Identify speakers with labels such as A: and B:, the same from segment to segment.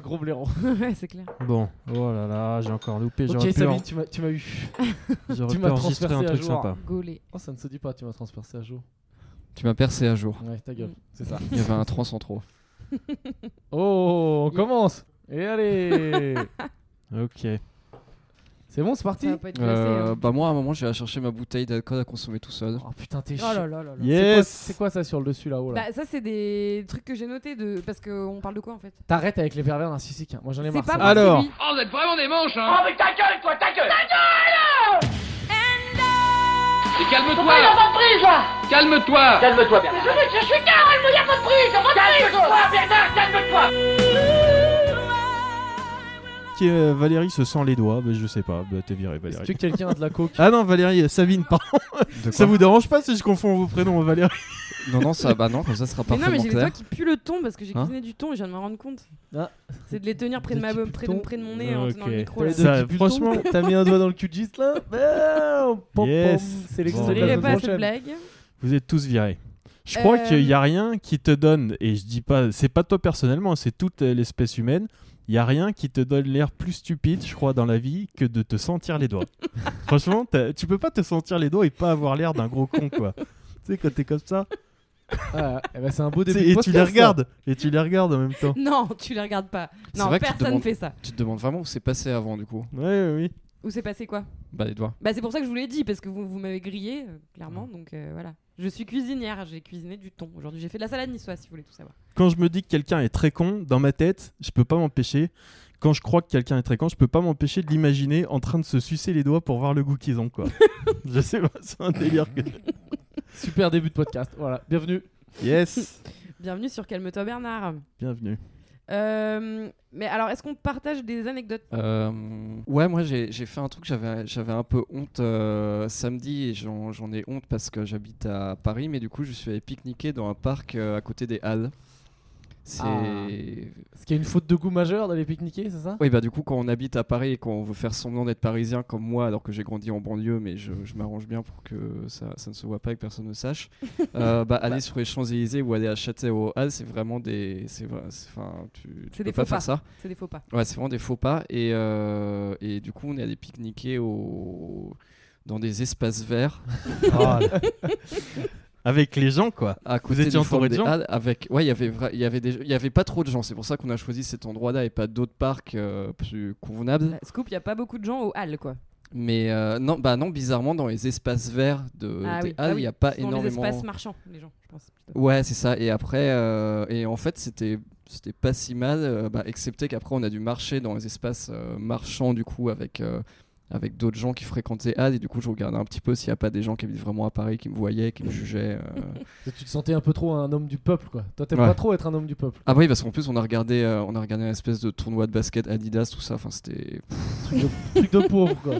A: gros blaireau.
B: ouais, c'est clair.
C: Bon, oh là là, j'ai encore loupé. J'aurais
A: ok,
C: pu, en-
A: Samy, tu m'as- tu m'as eu.
C: j'aurais
A: tu
C: pu
A: m'as
C: enregistrer
A: transpercé
C: un
A: un
C: truc
A: jour.
C: sympa.
B: Gaulé.
A: Oh, ça ne se dit pas, tu m'as transpercé à jour.
D: Tu m'as percé à jour.
A: Ouais, ta gueule,
B: Mm.
A: c'est ça.
D: Il y avait un trans en trop.
A: Oh, on
B: Yeah.
A: commence Et allez
C: Ok.
A: C'est bon, c'est parti
B: Ça va pas être
D: Euh,
B: classé, hein.
D: bah moi à un moment j'ai cherché ma bouteille d'alcool à consommer tout seul.
A: Oh putain, t'es
B: Oh là
A: chiant.
B: là là là.
C: Yeah. Yes.
A: C'est quoi ça sur le dessus là-haut là
B: Bah, ça, c'est des trucs que j'ai notés de. Parce qu'on parle de quoi en fait
A: T'arrêtes avec les pervers narcissiques. hein. Moi j'en ai
B: C'est
A: marre.
B: pas
A: ça.
B: moi,
C: Alors.
B: c'est lui.
C: Qui, euh, Valérie se sent les doigts, bah, je sais pas, bah, t'es viré
A: Est-ce
C: Valérie.
A: que quelqu'un a de la coke
C: Ah non, Valérie, euh, Sabine, pardon. Ça vous dérange pas si je confonds vos prénoms, euh, Valérie
D: Non non ça bah non comme ça ce sera
B: Mais non, mais
D: parfaitement
B: j'ai les doigts
D: clair.
B: qui puent le thon parce que j'ai
D: Hein
B: cuisiné du thon et je viens de me rendre compte.
A: Ah.
B: C'est de les tenir près
A: Des
B: de, ma,
A: petits
B: près de,
A: boutons.
B: près de mon nez en tenant
C: Ok.
B: le micro. Là.
C: Ça,
A: T'as les deux qui
C: franchement-
A: butent, t'as mis un doigt dans le cul de Gislain Bam, pom,
C: Yes.
A: pom. C'est
C: Bon,
A: l'extrait de
B: Je
C: bah,
A: la
B: ne
A: semaine
B: pas à cette
A: prochaine.
B: blague.
C: Vous êtes tous virés. Je crois
B: Euh.
C: qu'il y a rien qui te donne, et je dis pas, c'est pas toi personnellement, c'est toute euh, l'espèce humaine. Il y a rien qui te donne l'air plus stupide, je crois, dans la vie que de te sentir les doigts. Franchement, t'as- tu peux pas te sentir les doigts et pas avoir l'air d'un gros con, quoi. tu sais, quand t'es comme ça.
A: Ah, eh ben, c'est un beau
C: tu sais,
A: début. de
C: et tu
A: podcast,
C: les
A: ça.
C: regardes. Et tu les regardes en même temps.
B: Non, tu les regardes pas.
D: C'est
B: Non,
D: vrai que tu te
B: personne
D: demandes-
B: fait ça.
D: Tu te demandes vraiment où c'est passé avant du coup.
C: Ouais, ouais, oui.
B: Où c'est passé quoi
D: Bah les doigts.
B: Bah, c'est pour ça que je vous l'ai dit parce que vous, vous m'avez grillé, euh, clairement. Donc euh, voilà. Je suis cuisinière, j'ai cuisiné du thon. Aujourd'hui, j'ai fait de la salade niçoise si vous voulez tout savoir.
C: Quand je me dis que quelqu'un est très con, dans ma tête, je peux pas m'empêcher. Quand je crois que quelqu'un est très con, je peux pas m'empêcher de l'imaginer en train de se sucer les doigts pour voir le goût qu'ils ont, quoi. je sais pas, c'est un délire. Que...
A: Super début de podcast. Voilà, bienvenue.
C: Yes.
B: Bienvenue sur Calme-toi Bernard.
C: Bienvenue.
B: Euh, mais alors, est-ce qu'on partage des anecdotes
D: Euh, ouais moi j'ai j'ai fait un truc j'avais j'avais un peu honte euh, samedi et j'en j'en ai honte parce que j'habite à Paris mais du coup je suis allé pique-niquer dans un parc euh, à côté des Halles. C'est
B: Ah.
A: Est-ce qu'il y a une faute de goût majeure d'aller pique-niquer, c'est ça
D: Oui, bah du coup, quand on habite à Paris et qu'on veut faire semblant d'être parisien comme moi, alors que j'ai grandi en banlieue, mais je, je m'arrange bien pour que ça, ça ne se voit pas et que personne ne sache, euh, bah, aller sur les Champs-Élysées ou aller à Château aux Halles, c'est vraiment des. C'est vrai- c'est- enfin, tu, tu
B: C'est
D: peux
B: des
D: pas
B: faux
D: faire
B: pas.
D: ça.
B: C'est des faux pas.
D: Ouais, c'est vraiment des faux pas. Et, euh, et du coup, on est allé pique-niquer au... dans des espaces verts
C: Avec les gens, quoi.
D: à côté
C: étiez
D: du
C: entouré
D: Forum
C: de
D: des
C: gens
D: Halles avec ouais il y avait vra- il y avait des il y avait pas trop de gens c'est pour ça qu'on a choisi cet endroit là et pas d'autres parcs euh, plus convenables
B: Bah, Scoop, il n'y a pas beaucoup de gens au hall quoi.
D: Mais euh, non, bah non, bizarrement, dans les espaces verts de
B: Ah
D: Euh, des
B: oui,
D: halles,
B: ah
D: il
B: oui,
D: n'y a pas
B: C'est Dans les
D: énormément.
B: espaces marchands, les gens, je pense. plutôt.
D: ouais, c'est ça. Et après, euh, et en fait, c'était c'était pas si mal, euh, bah, excepté qu'après, on a dû marcher dans les espaces euh, marchands du coup avec euh, avec d'autres gens qui fréquentaient Halles. Et du coup, je regardais un petit peu s'il n'y a pas des gens qui habitent vraiment à Paris, qui me voyaient, qui me jugeaient. euh.
A: Tu te sentais un peu trop un homme du peuple, quoi. Toi, t'aimes
D: Ouais.
A: pas trop être un homme du peuple.
D: Ah bah oui, parce qu'en plus, on a regardé euh, on a regardé une espèce de tournoi de basket Adidas, tout ça. Enfin, c'était
A: Truc de, truc de pauvre, quoi.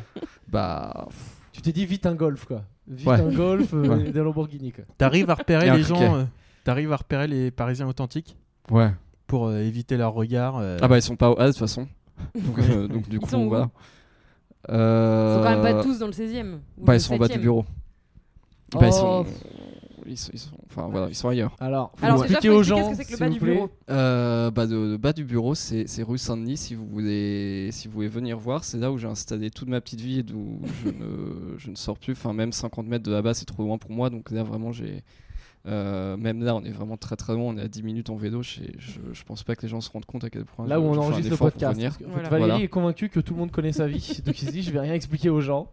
D: bah
A: Tu t'es dit vite un golf, quoi. Vite
D: Ouais.
A: un golf euh,
D: Ouais.
A: et des Lamborghini, quoi.
C: T'arrives à
D: Et
C: repérer
D: un
C: les
D: criquet.
C: gens. euh, T'arrives à repérer les Parisiens authentiques
D: ouais.
C: pour euh, éviter leur regard. euh,
D: Ah bah ils sont pas au Havre de toute façon. Donc, euh, donc du
B: Ils
D: coup
B: sont où hein
D: voilà.
B: Ils
D: Euh,
B: sont quand même pas tous dans le 16e. ou
D: Bah
B: le
D: ils sont en bas du
B: 7e.
D: bureau. Bah, ils
A: Oh.
D: sont. Ils sont, ils sont- Enfin voilà, ils sont ailleurs.
A: Alors, faut
B: Alors, déjà,
A: expliquer
B: faut
A: aux
B: expliquer
A: gens,
B: ce que c'est que le
A: s'il
B: bas
A: vous
B: du
A: plaît.
B: bureau.
D: Euh, bah de, de bas du bureau, c'est c'est rue Saint-Denis si vous voulez si vous voulez venir voir. C'est là où j'ai installé toute ma petite vie et d'où je ne je ne sors plus. Enfin même 50 mètres de là-bas c'est trop loin pour moi. Donc là vraiment j'ai. euh, même là, on est vraiment très très loin. On est à 10 minutes en vélo. Je, je, je pense pas que les gens se rendent compte à quel point.
A: Là
D: je-
A: où on
D: je fais un
A: enregistre le
D: effort pour
A: podcast.
D: venir.
A: Parce que, en fait,
B: Voilà.
A: Valérie
D: Voilà.
A: est convaincue que tout le monde connaît sa vie, donc il se dit je vais rien expliquer aux gens.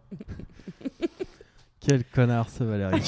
C: Quel connard, ce Valérie.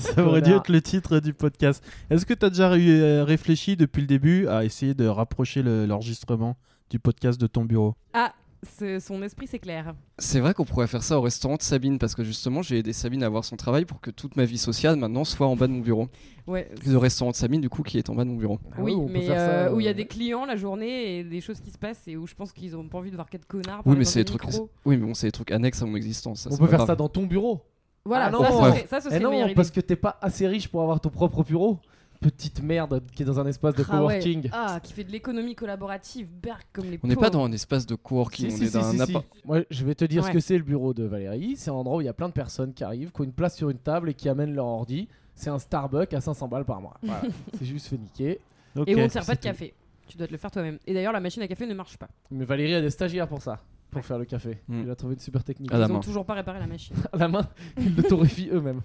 C: Ça aurait dû être le titre du podcast. Est-ce que tu as déjà eu, euh, réfléchi depuis le début à essayer de rapprocher le- l'enregistrement du podcast de ton bureau
B: Ah, ce- son esprit s'éclaire.
D: C'est vrai qu'on pourrait faire ça au restaurant de Sabine parce que justement j'ai aidé Sabine à avoir son travail pour que toute ma vie sociale maintenant soit en bas de mon bureau.
B: Ouais.
D: Le restaurant de Sabine du coup qui est en bas de mon bureau.
A: Ah
B: Oui,
A: on peut
B: mais
A: faire ça,
B: euh, où il y a
A: euh,
B: des clients la journée et des choses qui se passent et où je pense qu'ils ont pas envie de voir quatre connards.
D: Oui
B: parler
D: mais
B: dans
D: c'est des
B: des
D: trucs.
B: micros.
D: Oui mais bon c'est des trucs annexes à mon existence. ça,
A: On
D: c'est
A: peut
D: pas
A: faire
D: grave.
A: ça dans ton bureau.
B: Voilà,
A: Ah non,
B: ça, ce
D: ouais.
B: serait, ça, ce serait
A: Eh
B: une meilleure
A: non,
B: idée.
A: parce que t'es pas assez riche pour avoir ton propre bureau. Petite merde qui est dans un espace de
B: Ah ouais.
A: coworking.
B: Ah, qui fait de l'économie collaborative, berk comme les
D: On n'est pas
B: pauvres.
D: dans un espace de coworking,
A: Si,
D: on
A: si,
D: est
A: si,
D: dans
A: si,
D: un
A: si.
D: appart.
A: Moi, je vais te dire ce
B: Ouais.
A: que c'est le bureau de Valérie. C'est un endroit où il y a plein de personnes qui arrivent, qui ont une place sur une table et qui amènent leur ordi. C'est un Starbucks à 500 balles par mois. Voilà. c'est juste fait niquer.
B: Et où on ne sert pas de café. tu dois te le faire toi-même. Et d'ailleurs, la machine à café ne marche pas.
D: Ah,
A: Mais Valérie a des stagiaires pour ça, pour
B: Ouais.
A: faire le café.
D: Mm. Ah.
A: Il a trouvé une super technique.
D: À la
B: Ils
D: main.
B: ont toujours pas réparé la machine.
A: À la main, ils le torréfient eux-mêmes.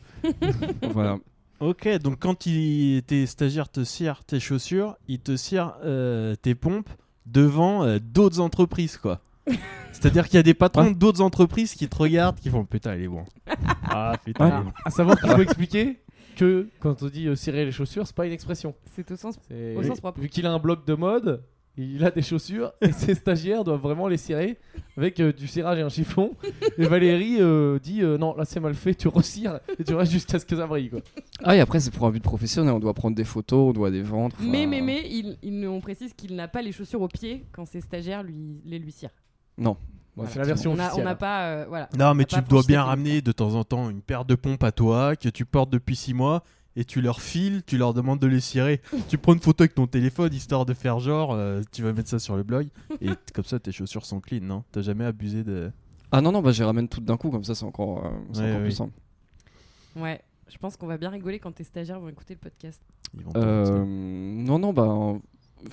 D: voilà.
C: Ok, donc quand il, tes stagiaires te cirent tes chaussures, ils te cirent euh, tes pompes devant euh, d'autres entreprises, quoi. C'est-à-dire qu'il y a des patrons d'autres entreprises qui te regardent, qui font putain, il est bon. Ah putain, il est bon.
A: À savoir qu'il faut expliquer que quand on dit euh, cirer les chaussures, c'est pas une expression.
B: C'est au sens.
A: C'est-
B: Au sens propre.
A: Vu qu'il a un bloc de mode, il a des chaussures et ses stagiaires doivent vraiment les cirer avec euh, du cirage et un chiffon. Et Valérie euh, dit euh, non, là c'est mal fait, tu recires et tu restes jusqu'à ce que ça brille. Quoi.
D: Ah, et après, c'est pour un but professionnel. On doit prendre des photos, on doit les vendre. enfin,
B: Mais, mais, mais, il, il ne- on précise qu'il n'a pas les chaussures aux pieds quand ses stagiaires lui, les lui cirent.
D: voilà.
A: c'est la version
B: On n'a
A: officielle. hein.
B: pas. euh, voilà.
C: Non, mais
B: T'as
C: tu
B: pas
C: dois
B: franchi
C: bien
B: tes
C: ramener de temps en temps une paire de pompes à toi que tu portes depuis 6 mois et tu leur files, tu leur demandes de les cirer. tu prends une photo avec ton téléphone histoire de faire genre, euh, tu vas mettre ça sur le blog et t- comme ça tes chaussures sont clean, non T'as jamais abusé de.
D: Ah non, non, bah, je les ramène toutes d'un coup, comme ça, c'est encore, euh, c'est
C: Ouais,
D: encore
C: oui.
D: plus simple.
B: Ouais. Je pense qu'on va bien rigoler quand tes stagiaires vont écouter le podcast.
C: Ils vont
D: Euh, non, non, bah.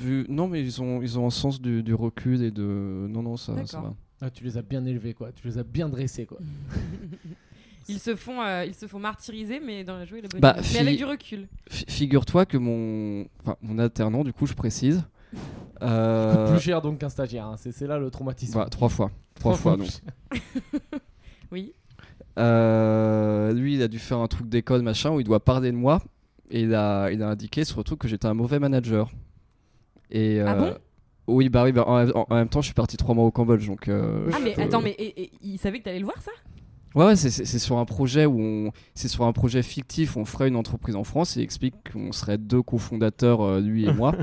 D: Vu... Non, mais ils ont, ils ont un sens du, du recul et de. Non, non, ça, ça
B: D'accord.
D: va.
A: Ah, tu les as bien élevés, quoi. tu les as bien dressés. Quoi.
B: Ils se font, euh, ils se font martyriser, mais dans la joie et la bonne
D: Bah,
B: humeur.
D: fi-
B: Mais avec du recul.
D: Fi- Figure-toi que mon, enfin, mon alternant, du coup, je précise. euh,
A: Plus cher donc qu'un stagiaire, hein. c'est c'est là le traumatisme.
D: voilà, trois fois. Trois, fois, donc.
A: plus cher.
B: Oui.
D: Euh, lui, il a dû faire un truc d'école, machin, où il doit parler de moi. Et il a, il a indiqué sur le truc que j'étais un mauvais manager. Et,
B: Ah
D: euh, Oui, bah oui, bah, en, en- en même temps, je suis parti trois mois au Cambodge, donc. euh,
B: Ah,
D: je
B: mais
D: peux-
B: attends, mais et- et- il savait que t'allais le voir, ça
D: Ouais, ouais, c'est- c'est c'est sur un projet où on, c'est sur un projet fictif. On ferait une entreprise en France. Il explique qu'on serait deux cofondateurs, euh, lui et moi.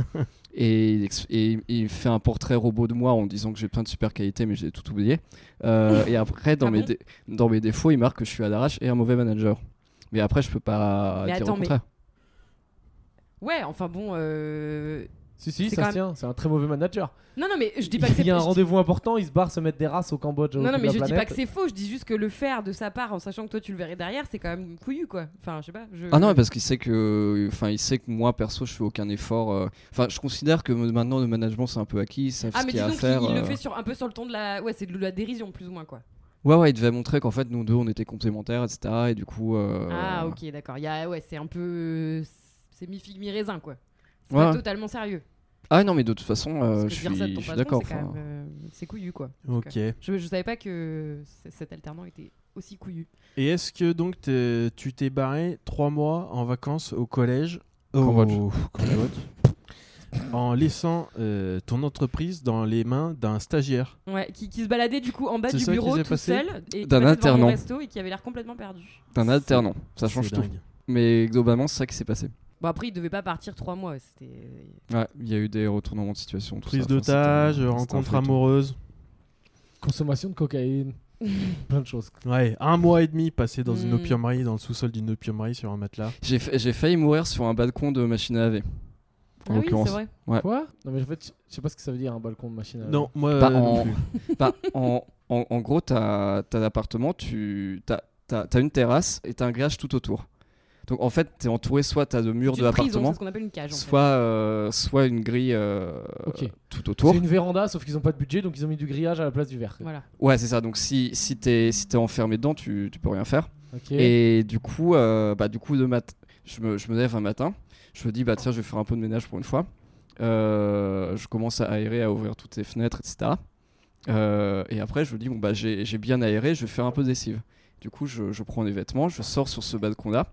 D: Et il, ex- et il- il fait un portrait robot de moi en disant que j'ai plein de super qualités, mais j'ai tout oublié. Euh, et après, dans,
B: Ah
D: mes
B: bon
D: dé- dans mes défauts, il marque que je suis à l'arrache et un mauvais manager. Mais après, je peux pas
B: Mais
D: dire
B: attends,
D: le
B: mais-
D: contraire.
B: Ouais, enfin bon. euh,
A: Si, si,
B: C'est
A: ça
B: quand
A: se tient, c'est un très mauvais manager.
B: Non, non, mais je dis pas que c'est
A: Il y a un
B: je dis-
A: rendez-vous important, il se barre se mettre des races au Cambodge. au
B: Non,
A: bout
B: non,
A: de
B: mais
A: la
B: je dis pas
A: planète.
B: que c'est faux, je dis juste que le faire de sa part en sachant que toi tu le verrais derrière, c'est quand même couillu quoi. Enfin, je sais pas. je-
D: Ah non, mais parce qu'il sait que, enfin, il sait que moi perso, je fais aucun effort. euh. Enfin, je considère que maintenant le management c'est un peu acquis. Ils savent
B: Ah,
D: ce
B: mais
D: qu'il
B: dis
D: y a à
B: donc,
D: faire.
B: il, il le
D: euh.
B: fait sur, un peu sur le ton de la. Ouais, c'est de la dérision plus ou moins quoi.
D: Ouais, ouais, il devait montrer qu'en fait, nous deux, on était complémentaires, etc. Et du coup. euh,
B: Ah, ok, d'accord. Il y a... Ouais, c'est un peu. C'est mi-figue, mi-raisin quoi. C'est
D: Ouais.
B: pas totalement sérieux.
D: Ah non, mais de toute façon, euh,
B: Parce que
D: je
B: dire ça de
D: suis,
B: ton
D: je suis
B: patron,
D: d'accord.
B: C'est quand
D: enfin.
B: même, euh, c'est couillu quoi.
C: Ok.
B: Je, je savais pas que c- cet alternant était aussi couillu.
C: Et est-ce que donc t'es- tu t'es barré trois mois en vacances au collège au
D: Cambodge.
C: Cambodge, en laissant euh, ton entreprise dans les mains d'un stagiaire
B: Ouais, qui, qui se baladait du coup en bas
C: C'est
B: du
C: ça qui
B: bureau
C: s'est
B: tout
C: passé
B: seul et qui passait devant
D: D'un
B: mon
D: alternant.
B: resto et qui avait l'air complètement perdu.
D: D'un alternant, ça change
C: C'est
D: tout.
C: dingue.
D: Mais globalement, c'est ça qui s'est passé.
B: Bon après il devait pas partir trois mois, c'était
D: Ouais, il y a eu des retournements de situation. tout
C: Prise
D: ça, enfin,
C: d'otage,
D: c'était un-
C: rencontre
D: c'était un feuilleton.
C: amoureuse.
A: Consommation de cocaïne, plein de choses.
C: Ouais, un mois et demi passé dans une
B: Hmm.
C: opiomarie, dans le sous-sol d'une opiomarie sur un matelas.
D: J'ai fa- j'ai failli mourir sur un balcon de machine à laver. En
B: ah oui,
D: l'occurrence.
B: c'est vrai.
A: Quoi Non, mais en fait, je- je sais pas ce que ça veut dire un balcon de machine à laver.
C: Non, moi
D: Bah,
C: euh, non
D: en-
C: plus.
D: Bah, en, en, en gros, t'as t'as l'appartement, tu t'as t'as- t'as une terrasse et t'as un grillage tout autour. Donc en fait, t'es entouré soit t'as le mur
B: C'est
D: de
B: une prison,
D: l'appartement,
B: C'est ce qu'on appelle une cage. En
D: soit, euh, soit une grille euh,
A: Ok.
D: tout
A: C'est
D: autour.
A: une véranda, sauf qu'ils ont pas de budget, donc ils ont mis du grillage à la place du verre.
B: fait. Voilà.
D: Ouais, c'est ça. Donc si, si t'es si t'es enfermé dedans, tu, tu peux rien faire.
A: Ok.
D: Et du coup, euh, bah, du coup le mat je, me, je me lève un matin, je me dis, bah tiens, je vais faire un peu de ménage pour une fois. Euh, je commence à aérer, à ouvrir toutes les fenêtres, etc. Euh, et après, je me dis, bon, bah j'ai j'ai bien aéré, je vais faire un peu de lessive. Du coup, je, je prends des vêtements, je sors sur ce balcon-là,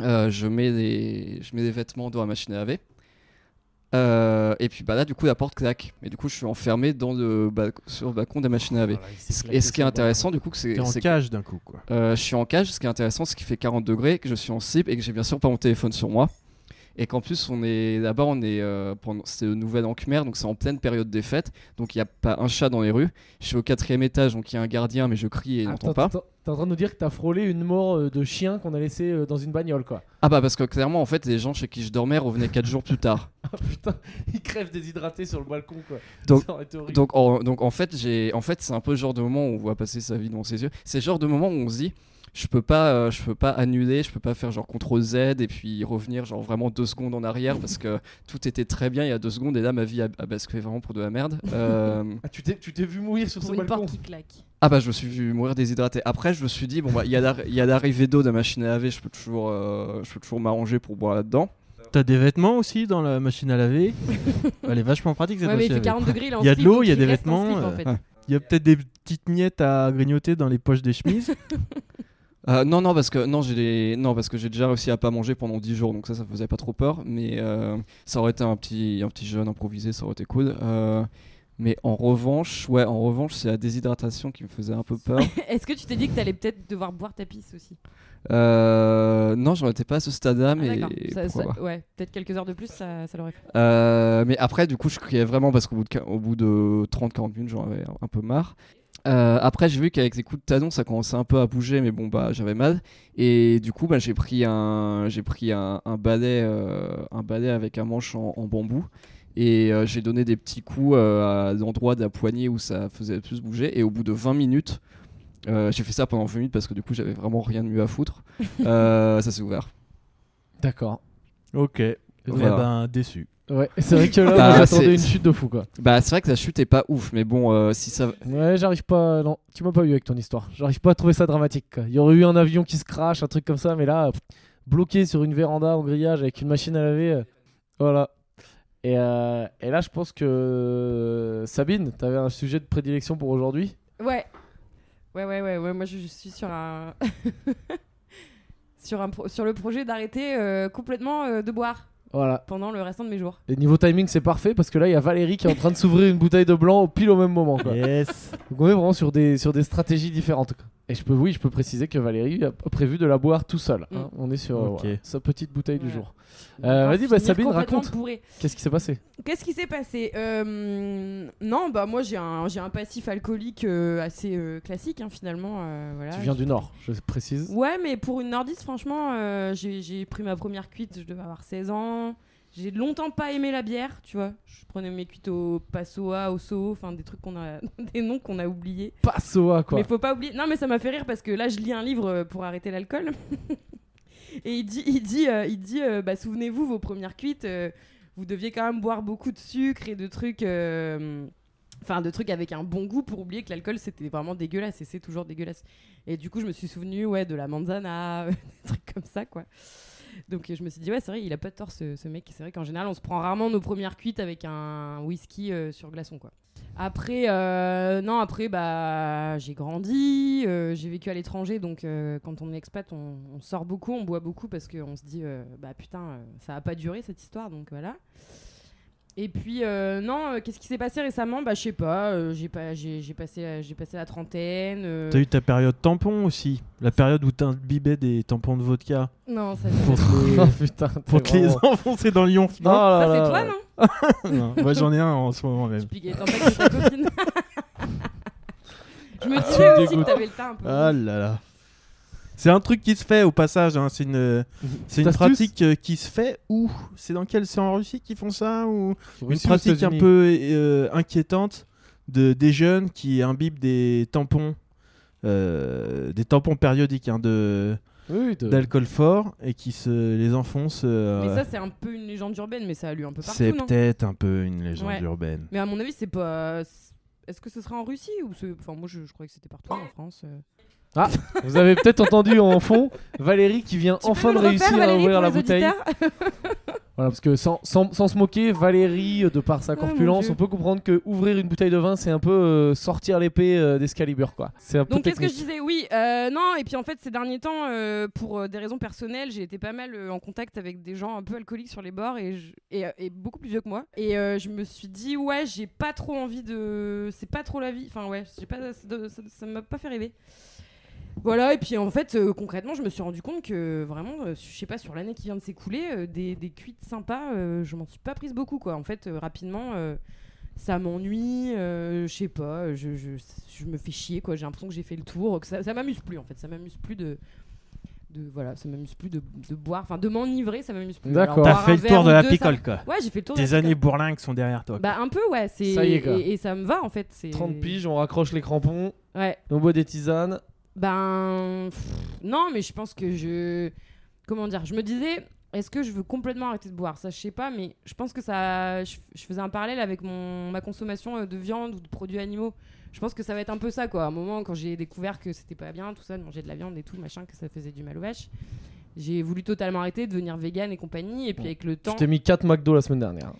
D: Euh, je, mets des, je mets des vêtements dans la machine à laver. Euh, et puis bah là, du coup, la porte claque. Et du coup, je suis enfermé dans le balcon- sur le balcon de la machine à laver.
A: Voilà, il s'est
D: Ce-
A: claqué
D: Et ce qui est
A: sur le
D: intéressant, du coup, que c'est
C: T'es en
D: c'est que,
C: cage d'un coup, quoi.
D: euh, je suis en cage. Ce qui est intéressant, c'est qu'il fait 40 degrés, que je suis en slip et que j'ai bien sûr pas mon téléphone sur moi. Et qu'en plus, on est là-bas, on est euh, pendant- c'est le nouvel an khmer, donc c'est en pleine période des fêtes. Donc il n'y a pas un chat dans les rues. Je suis au quatrième étage, donc il y a un gardien, mais je crie et il
A: balcon.
D: n'entend
A: Attends,
D: pas.
A: attends, T'es en train de nous dire que t'as frôlé une mort euh, de chien qu'on a laissé euh, dans une bagnole, quoi.
D: Ah bah parce que clairement, en fait, les gens chez qui je dormais revenaient 4 jours plus tard.
A: Ah putain, il crève déshydraté sur le balcon, quoi.
D: Donc-
A: Ça aurait été horrible.
D: Donc en, donc en fait, j'ai en fait, c'est un peu le genre de moment où on voit passer sa vie devant ses yeux. C'est le genre de moment où on se dit je peux pas euh, je peux pas annuler je peux pas faire genre contrôle Z et puis revenir genre vraiment deux secondes en arrière parce que tout était très bien il y a deux secondes et là ma vie a, a basculé vraiment pour de la merde Euh,
A: Ah, tu t'es tu t'es vu mourir sur ce
B: Pour une
A: balcon
B: porte qui claque.
D: ah bah je me suis vu mourir déshydraté après je me suis dit bon bah il y a l'arri- il y a l'arrivée d'eau de la machine à laver je peux toujours euh, je peux toujours m'arranger pour boire là dedans
C: T'as des vêtements aussi dans la machine à laver. Elle est vachement pratique cette
B: Ouais, mais il
C: machine à
B: fait
C: laver.
B: 40 degrés, là, en
C: Il y a de
B: slip,
C: l'eau,
B: donc
C: il y a des
B: reste en slip,
C: vêtements,
B: en fait.
D: euh,
C: Il y a peut-être des petites miettes à grignoter dans les poches des chemises.
D: Euh, non, non, parce que non, j'ai des- non, parce que j'ai déjà réussi à pas manger pendant 10 jours, donc ça, ça me faisait pas trop peur. Mais euh, ça aurait été un petit, un petit jeûne improvisé, ça aurait été cool. Euh, mais en revanche, ouais, en revanche, c'est la déshydratation qui me faisait un peu peur.
B: Est-ce que tu t'es dit que t'allais peut-être devoir boire ta pisse aussi
D: Euh, non, j'en étais pas à ce stade-là,
B: Ah,
D: mais
B: d'accord. Ça-
D: pourquoi
B: ça-
D: pas.
B: Ouais, peut-être quelques heures de plus, ça, ça l'aurait fait.
D: Euh, mais après, du coup, je criais vraiment parce qu'au bout de, quin- au bout de 30-40 minutes, j'en avais un- un peu marre. Euh, après, j'ai vu qu'avec les coups de talon, ça commençait un peu à bouger, mais bon, bah, j'avais mal. Et du coup, bah, j'ai pris un, j'ai pris un, un balai, euh, un balai avec un manche en, en bambou. Et euh, j'ai donné des petits coups euh, à l'endroit de la poignée où ça faisait le plus bouger. Et au bout de 20 minutes, euh, j'ai fait ça pendant 20 minutes parce que du coup, j'avais vraiment rien de mieux à foutre. Euh, ça s'est ouvert.
A: D'accord.
C: ok.
D: Voilà.
C: Eh ben, déçu.
B: Euh.
A: Ouais, c'est vrai que là,
D: Bah,
A: moi, j'attendais
D: c'est-
A: une chute de fou, quoi.
D: Bah, c'est vrai que la chute est pas ouf, mais bon, euh, si ça.
A: Ouais, j'arrive pas. Non, tu m'as pas eu avec ton histoire. J'arrive pas à trouver ça dramatique. quoi. Il y aurait eu un avion qui se crache, un truc comme ça, mais là, pff, bloqué sur une véranda en grillage avec une machine à laver, euh, voilà. Et, euh, et là, je pense que Sabine, t'avais un sujet de prédilection pour aujourd'hui.
B: Ouais. Ouais, ouais, ouais, ouais. Moi, je, je suis sur un. sur, un pro- sur le projet d'arrêter euh, complètement euh, de boire
A: Voilà.
B: pendant le restant de mes jours.
A: Et niveau timing, c'est parfait parce que là, il y a Valérie qui est en train de s'ouvrir une bouteille de blanc au pile au même moment. Quoi.
C: Yes.
A: Donc on est vraiment sur des, sur des stratégies différentes. quoi. Et je peux, oui, je peux préciser que Valérie a prévu de la boire tout seul. hein. On est sur euh,
C: Ok.
A: voilà, sa petite bouteille du
B: Mm. Ouais.
A: jour. Euh,
B: Pour
A: vas-y, bah,
B: finir
A: Sabine,
B: complètement
A: raconte.
B: bourrée.
A: Qu'est-ce qui s'est passé
B: Qu'est-ce qui s'est passé Euh, Non, bah moi j'ai un, j'ai un passif alcoolique euh, assez euh, classique hein, finalement. euh, voilà.
A: Tu viens du Nord, je précise.
B: Ouais, mais pour une nordiste, franchement, euh, j'ai j'ai pris ma première cuite, je devais avoir 16 ans. J'ai longtemps pas aimé la bière, tu vois. Je prenais mes cuites au Passoa, au Soho, enfin des trucs qu'on a, des noms qu'on a oubliés.
A: Pas Soa, quoi.
B: Mais faut pas oublier. Non, mais ça m'a fait rire parce que là, je lis un livre euh, pour arrêter l'alcool. Et il dit, il dit, euh, il dit euh, bah, souvenez-vous, vos premières cuites, euh, vous deviez quand même boire beaucoup de sucre et de trucs. euh, Enfin, de trucs avec un bon goût pour oublier que l'alcool c'était vraiment dégueulasse et c'est toujours dégueulasse. Et du coup, je me suis souvenu ouais, de la manzana, des trucs comme ça quoi. Donc euh, je me suis dit, ouais, c'est vrai, il a pas tort ce, ce mec. C'est vrai qu'en général, on se prend rarement nos premières cuites avec un whisky euh, sur glaçon quoi. Après, euh, non, après, bah, j'ai grandi, euh, j'ai vécu à l'étranger, donc euh, quand on est expat, on, on sort beaucoup, on boit beaucoup parce qu'on se dit, euh, bah putain, euh, ça a pas duré cette histoire, donc voilà. Et puis, euh, non, euh, qu'est-ce qui s'est passé récemment Bah, je sais pas, euh, j'ai pas, j'ai j'ai passé, la- j'ai passé la trentaine. euh,
C: T'as eu ta période tampon aussi. La période où t'imbibais des tampons de vodka
B: Non, ça,
C: pour te les,
A: Oh putain, t'es
C: pour te les
A: vraiment-
C: enfoncer dans l'ion.
A: Oh là
B: ça,
A: là
B: c'est toi,
A: là.
B: non
C: Non, Moi, j'en ai un en ce moment même.
B: Tu piquais les tempêtes de ta copine. Je me
A: Ah, me
B: disais aussi que
A: dégoûtes.
B: t'avais le teint un peu.
C: Ah là là. C'est un truc qui se fait au passage. hein. C'est une, c'est une
A: Astuce
C: pratique euh, qui se fait où C'est dans quel C'est en Russie qu'ils font ça ou
A: Russie aux
C: Une pratique un
A: États-Unis.
C: peu euh, inquiétante de des jeunes qui imbibent des tampons, euh, des tampons périodiques hein, de
A: Oui, oui, de-
C: d'alcool fort et qui se les enfoncent. euh,
B: Mais ça, c'est un peu une légende urbaine, mais ça a lu un peu partout,
C: c'est
B: non
C: peut-être un peu une légende
B: Ouais.
C: urbaine.
B: Mais à mon avis, c'est pas. Est-ce que ce serait en Russie ou c'est- Enfin, moi, je, je croyais que c'était partout
A: Oh.
B: en France. euh.
A: Vous avez peut-être entendu en fond Valérie qui vient
B: Tu
A: enfin
B: peux
A: de
B: nous le refaire,
A: réussir à
B: Valérie,
A: ouvrir
B: pour
A: la
B: les
A: bouteille.
B: auditeurs
A: Voilà, parce que sans, sans, sans se moquer, Valérie, euh, de par sa
B: Oh, mon
A: corpulence,
B: Dieu.
A: on peut comprendre que ouvrir une bouteille de vin, c'est un peu euh, sortir l'épée euh, d'Excalibur, quoi. C'est un peu
B: Donc, qu'est-ce que je
A: technique.
B: disais Oui, euh, non, et puis en fait, ces derniers temps, euh, pour euh, des raisons personnelles, j'ai été pas mal euh, en contact avec des gens un peu alcooliques sur les bords et, je- et, euh, et beaucoup plus vieux que moi. Et euh, je me suis dit, ouais, j'ai pas trop envie de. C'est pas trop la vie. Enfin, ouais, j'ai pas... ça doit- ça- ça m'a pas fait rêver. Voilà, et puis en fait, euh, concrètement, je me suis rendu compte que vraiment, euh, je sais pas, sur l'année qui vient de s'écouler, euh, des, des cuites sympas, euh, je m'en suis pas prise beaucoup, quoi. En fait, euh, rapidement. euh, ça m'ennuie, euh, je sais pas, je, je, je me fais chier quoi, j'ai l'impression que j'ai fait le tour, que ça, ça m'amuse plus en fait, ça m'amuse plus de, de voilà, ça m'amuse plus de, de boire, enfin de m'enivrer, ça m'amuse plus.
A: D'accord.
B: Alors, boire
C: T'as fait
B: un
C: le
B: verre
C: tour de
B: ou
C: la
B: deux,
C: picole
B: ça-
C: quoi.
B: Ouais, j'ai fait le tour. de
C: Tes
B: la
C: années
B: picole.
C: bourlingues sont derrière toi.
B: Bah un peu ouais, c'est
A: Ça y est, quoi.
B: et, et ça me va en fait, c'est
A: 30 piges, on raccroche les crampons,
B: Ouais.
A: on boit des tisanes.
B: Ben pff, non, mais je pense que je comment dire, je me disais est-ce que je veux complètement arrêter de boire Ça, je sais pas, mais je pense que ça. Je, je faisais un parallèle avec mon, ma consommation euh, de viande ou de produits animaux. Je pense que ça va être un peu ça, quoi. À un moment, quand j'ai découvert que c'était pas bien, tout ça, de manger de la viande et tout, machin, que ça faisait du mal aux vaches, j'ai voulu totalement arrêter, devenir vegan et compagnie. Et puis, avec le temps.
A: Tu t'es mis 4 McDo la semaine dernière.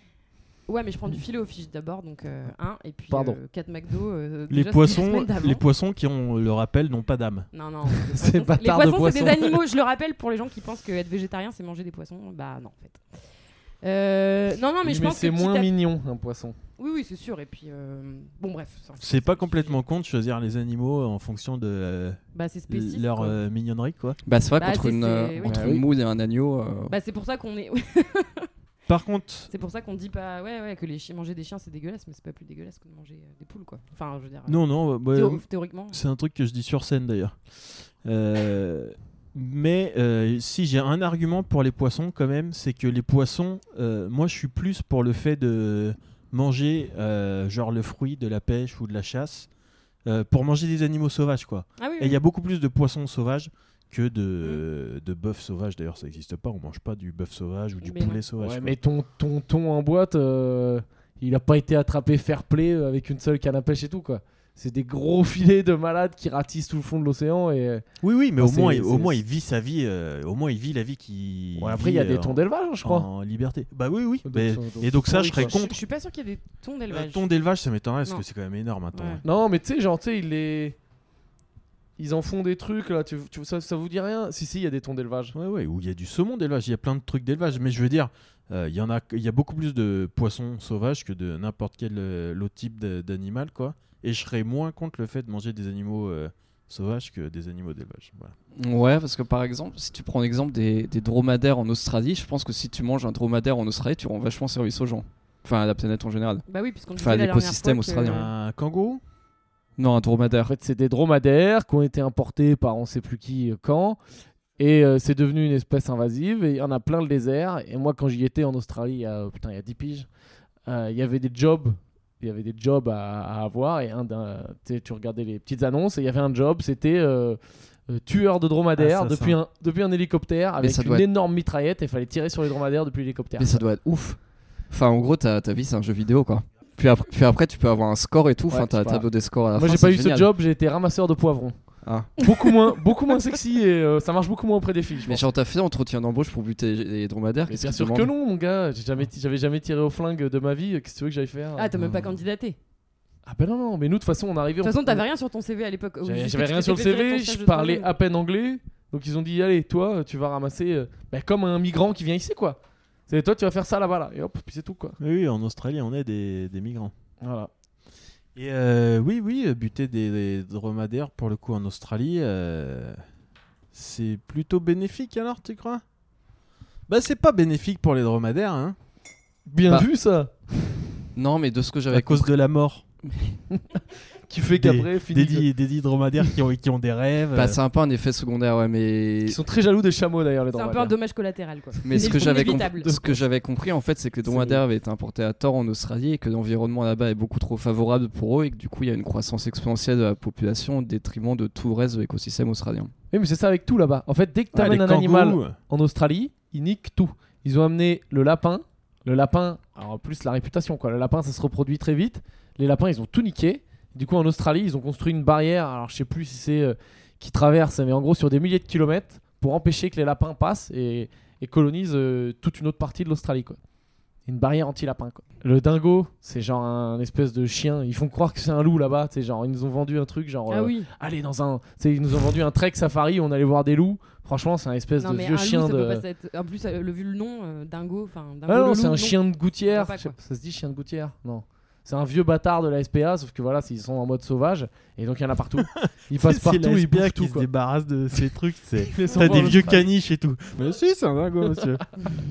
B: Ouais, mais je prends du filet au fish d'abord, donc euh, un, et puis
A: Pardon.
B: 4 McDo. euh, déjà,
C: Les
B: c'était la
C: poissons,
B: semaine d'avant.
C: les poissons qui ont le rappel n'ont pas d'âme.
B: Non, non. les poissons,
A: Ces
B: c'est- les
A: bâtards de
B: poissons, c'est des
A: poissons.
B: animaux. Je le rappelle pour les gens qui pensent que être végétarien, c'est manger des poissons. Bah non, en fait. Euh, non, non, mais
A: Oui,
B: je
A: mais
B: pense que
A: c'est
B: petit
A: moins
B: à-
A: mignon un poisson.
B: Oui, oui, c'est sûr. Et puis, euh, bon, bref. ça-
C: C'est pas
B: un
C: complètement con de choisir les animaux en fonction de euh,
B: sujet. Bah, c'est spécifique.
C: leur
B: quoi.
C: euh, mignonnerie, quoi.
D: Bah, c'est vrai
B: Bah,
D: qu'entre
B: c'est-
D: une, euh,
B: c'est- oui.
D: entre
A: Ah
D: une
A: oui.
D: moule et un agneau. euh,
B: Bah, c'est pour ça qu'on est.
C: Par contre,
B: c'est pour ça qu'on dit pas. Ouais, ouais, que les chi- manger des chiens, c'est dégueulasse, mais c'est pas plus dégueulasse que de manger euh, des poules, quoi. Enfin, je veux dire. euh,
C: non, non, bah,
B: théo- théoriquement.
C: c'est un truc que je dis sur scène d'ailleurs. Euh, mais euh, si j'ai un argument pour les poissons quand même, c'est que les poissons, euh, moi je suis plus pour le fait de manger euh, genre le fruit de la pêche ou de la chasse euh, pour manger des animaux sauvages quoi.
B: Ah oui,
C: Et il
B: oui.
C: y a beaucoup plus de poissons sauvages que de, de bœufs sauvages. D'ailleurs, ça n'existe pas. On mange pas du bœuf sauvage ou du
B: Mm. Mais non.
C: poulet sauvage.
A: Ouais,
C: quoi.
A: mais ton, ton ton en boîte, euh, il a pas été attrapé fair play euh, avec une seule canne à pêche et tout quoi. C'est des gros filets de malades qui ratissent tout le fond de l'océan et euh,
C: Oui, oui, mais
A: Enfin,
C: au moins,
A: c'est-
C: il- au
A: c'est-
C: moins, il vit sa vie. euh, au moins, il vit la vie qui.
A: Ouais, après il y a
C: vit,
A: des
C: euh,
A: tons d'élevage, hein, je crois.
C: En liberté. Bah oui, oui.
A: Donc,
C: mais-
A: ça- donc,
C: et donc ça,
A: oui,
C: je serais
A: quoi.
B: Je, je
C: contre.
B: suis pas sûr qu'il y ait des tons
C: Euh,
B: d'élevage.
C: ton d'élevage, ça m'étonnerait parce
B: Non.
C: que c'est quand même énorme. Attends.
B: Ouais.
A: Non, mais tu sais, genre, tu sais, il les. Ils en font des trucs là, tu, tu- ça, ça vous dit rien Si, si, il y a des tons d'élevage.
C: Ouais, ouais, où il y a du saumon d'élevage, il y a plein de trucs d'élevage, mais je veux dire, euh, il y en a, il y a beaucoup plus de poissons sauvages que de n'importe quel euh, autre type de- d'animal, quoi. Et je serais moins contre le fait de manger des animaux euh, sauvages que des animaux d'élevage. Voilà.
D: Ouais, parce que par exemple, si tu prends l'exemple des, des dromadaires en Australie, je pense que si tu manges un dromadaire en Australie, tu rends vachement service aux gens. Enfin, à la planète en général.
B: Bah oui, puisqu'on
D: Enfin,
B: disait la dernière
D: l'écosystème
B: fois que-
D: australien.
C: Un kangourou
D: Non, un
A: En
D: dromadaire.
A: fait, c'est des dromadaires qui ont été importés par on sait plus qui euh, quand. Et euh, c'est devenu une espèce invasive et il y en a plein le désert. Et moi, quand j'y étais en Australie, il y a, putain, il y a 10 piges, euh, il y avait des jobs. Il y avait des jobs à, à avoir. Et un, d'un- tu sais, tu regardais les petites annonces et il y avait un job, c'était euh, euh, tueur de dromadaires
C: Ah, ça, ça.
A: depuis, Un, depuis un hélicoptère avec
D: ça
A: une
D: doit être-
A: énorme mitraillette et il fallait tirer sur les dromadaires depuis l'hélicoptère.
D: Mais ça doit être ouf. Enfin, en gros, ta, ta vie, c'est un jeu vidéo, quoi. Puis après, puis après, tu peux avoir un score et tout.
A: Ouais,
D: Ah, Enfin, t'as
A: c'est pas-
D: tableau des scores à la
A: Moi,
D: fin.
A: j'ai pas
D: c'est
A: eu
D: génial.
A: ce job, j'ai été ramasseur de poivrons.
D: Ah.
A: Beaucoup moins, beaucoup moins sexy et euh, ça marche beaucoup moins auprès des filles. je
D: Mais
A: pense.
D: genre, t'as fait entretien d'embauche pour buter les- les dromadaires
A: Mais
D: qu'est-ce
A: bien
D: qu'ils
A: sûr
D: demandent
A: que non, mon gars. J'ai jamais, ti- j'avais jamais tiré au flingue de ma vie. Qu'est-ce que tu veux que j'aille faire
B: Ah, t'as même pas candidaté.
A: Ah ben non, non. Mais nous, de toute façon, on arrivait.
B: De
A: on-
B: toute façon, t'avais rien sur ton CV à l'époque.
A: J'avais j'avais rien sur le CV. Je parlais à peine anglais. Donc ils ont dit, allez, toi, tu vas ramasser. euh, bah, comme un migrant qui vient ici, quoi. C'est toi, tu vas faire ça là-bas, là. Et hop, puis c'est tout, quoi.
C: Oui, oui, en Australie, on est des, des migrants.
A: Voilà.
C: Et euh, oui, oui, euh, buter des, des dromadaires pour le coup en Australie, euh, c'est plutôt bénéfique alors, tu crois Bah, c'est pas bénéfique pour les dromadaires, hein,
A: Bien
D: Bah.
A: vu, ça.
D: Non, mais de ce que
C: à
D: j'avais
C: cause
D: compris.
C: de la mort.
A: Qui fait qu'après, fini.
C: Des, dits- des dits dromadaires qui ont, qui ont des rêves. euh.
D: Bah, c'est un peu un effet secondaire, ouais, mais.
A: Ils sont très jaloux des chameaux, d'ailleurs, les
B: C'est un peu
A: dromadaires.
B: un dommage collatéral, quoi.
D: Mais ce que, j'avais com-
B: Inévitable.
D: ce que j'avais compris, en fait, c'est que les dromadaires avaient été importés à tort en Australie et que l'environnement là-bas est beaucoup trop favorable pour eux et que du coup, il y a une croissance exponentielle de la population au détriment de tout le reste de l'écosystème australien.
A: Oui, mais c'est ça avec tout là-bas. En fait, dès que
C: Ah, les
A: t'amènes un animal
C: kangourous.
A: en Australie, ils niquent tout. Ils ont amené le lapin. Le lapin, alors en plus la réputation, quoi. Le lapin, ça se reproduit très vite. Les lapins, ils ont tout niqué. Du coup, en Australie, ils ont construit une barrière. Alors, je sais plus si c'est euh, qui traverse, mais en gros, sur des milliers de kilomètres pour empêcher que les lapins passent et, et colonisent euh, toute une autre partie de l'Australie, quoi. Une barrière anti-lapin, quoi. Le dingo, c'est genre un espèce de chien. Ils font croire que c'est un loup là-bas. C'est genre, ils nous ont vendu un truc, genre.
B: Ah
A: euh,
B: oui.
A: Allez, dans un. tu sais, Ils nous ont vendu un trek safari, on allait voir des loups. Franchement, c'est un espèce
B: Non,
A: de
B: mais
A: vieux
B: un
A: chien
B: loup, ça
A: de.
B: peut pas être. En plus, euh, le vu le nom, euh, dingo, enfin, dingo.
A: Ah
B: le
A: non,
B: loup,
A: c'est un
B: non.
A: chien de gouttière.
B: Je vois pas,
A: Je sais
B: quoi.
A: pas, ça se dit chien de gouttière Non. C'est un vieux bâtard de la SPA, sauf que voilà, ils sont en mode sauvage. Et donc il y en a partout. Ils passent
C: C'est
A: partout,
C: la
A: ils
C: SPA
A: bouffent
C: qui
A: tout.
C: se
A: quoi.
C: débarrasse de ces trucs. C'est
A: Les
C: t'as
A: sauveurs
C: des vieux
A: d'Australie.
C: caniches et tout. Mais si, c'est un dingo, monsieur.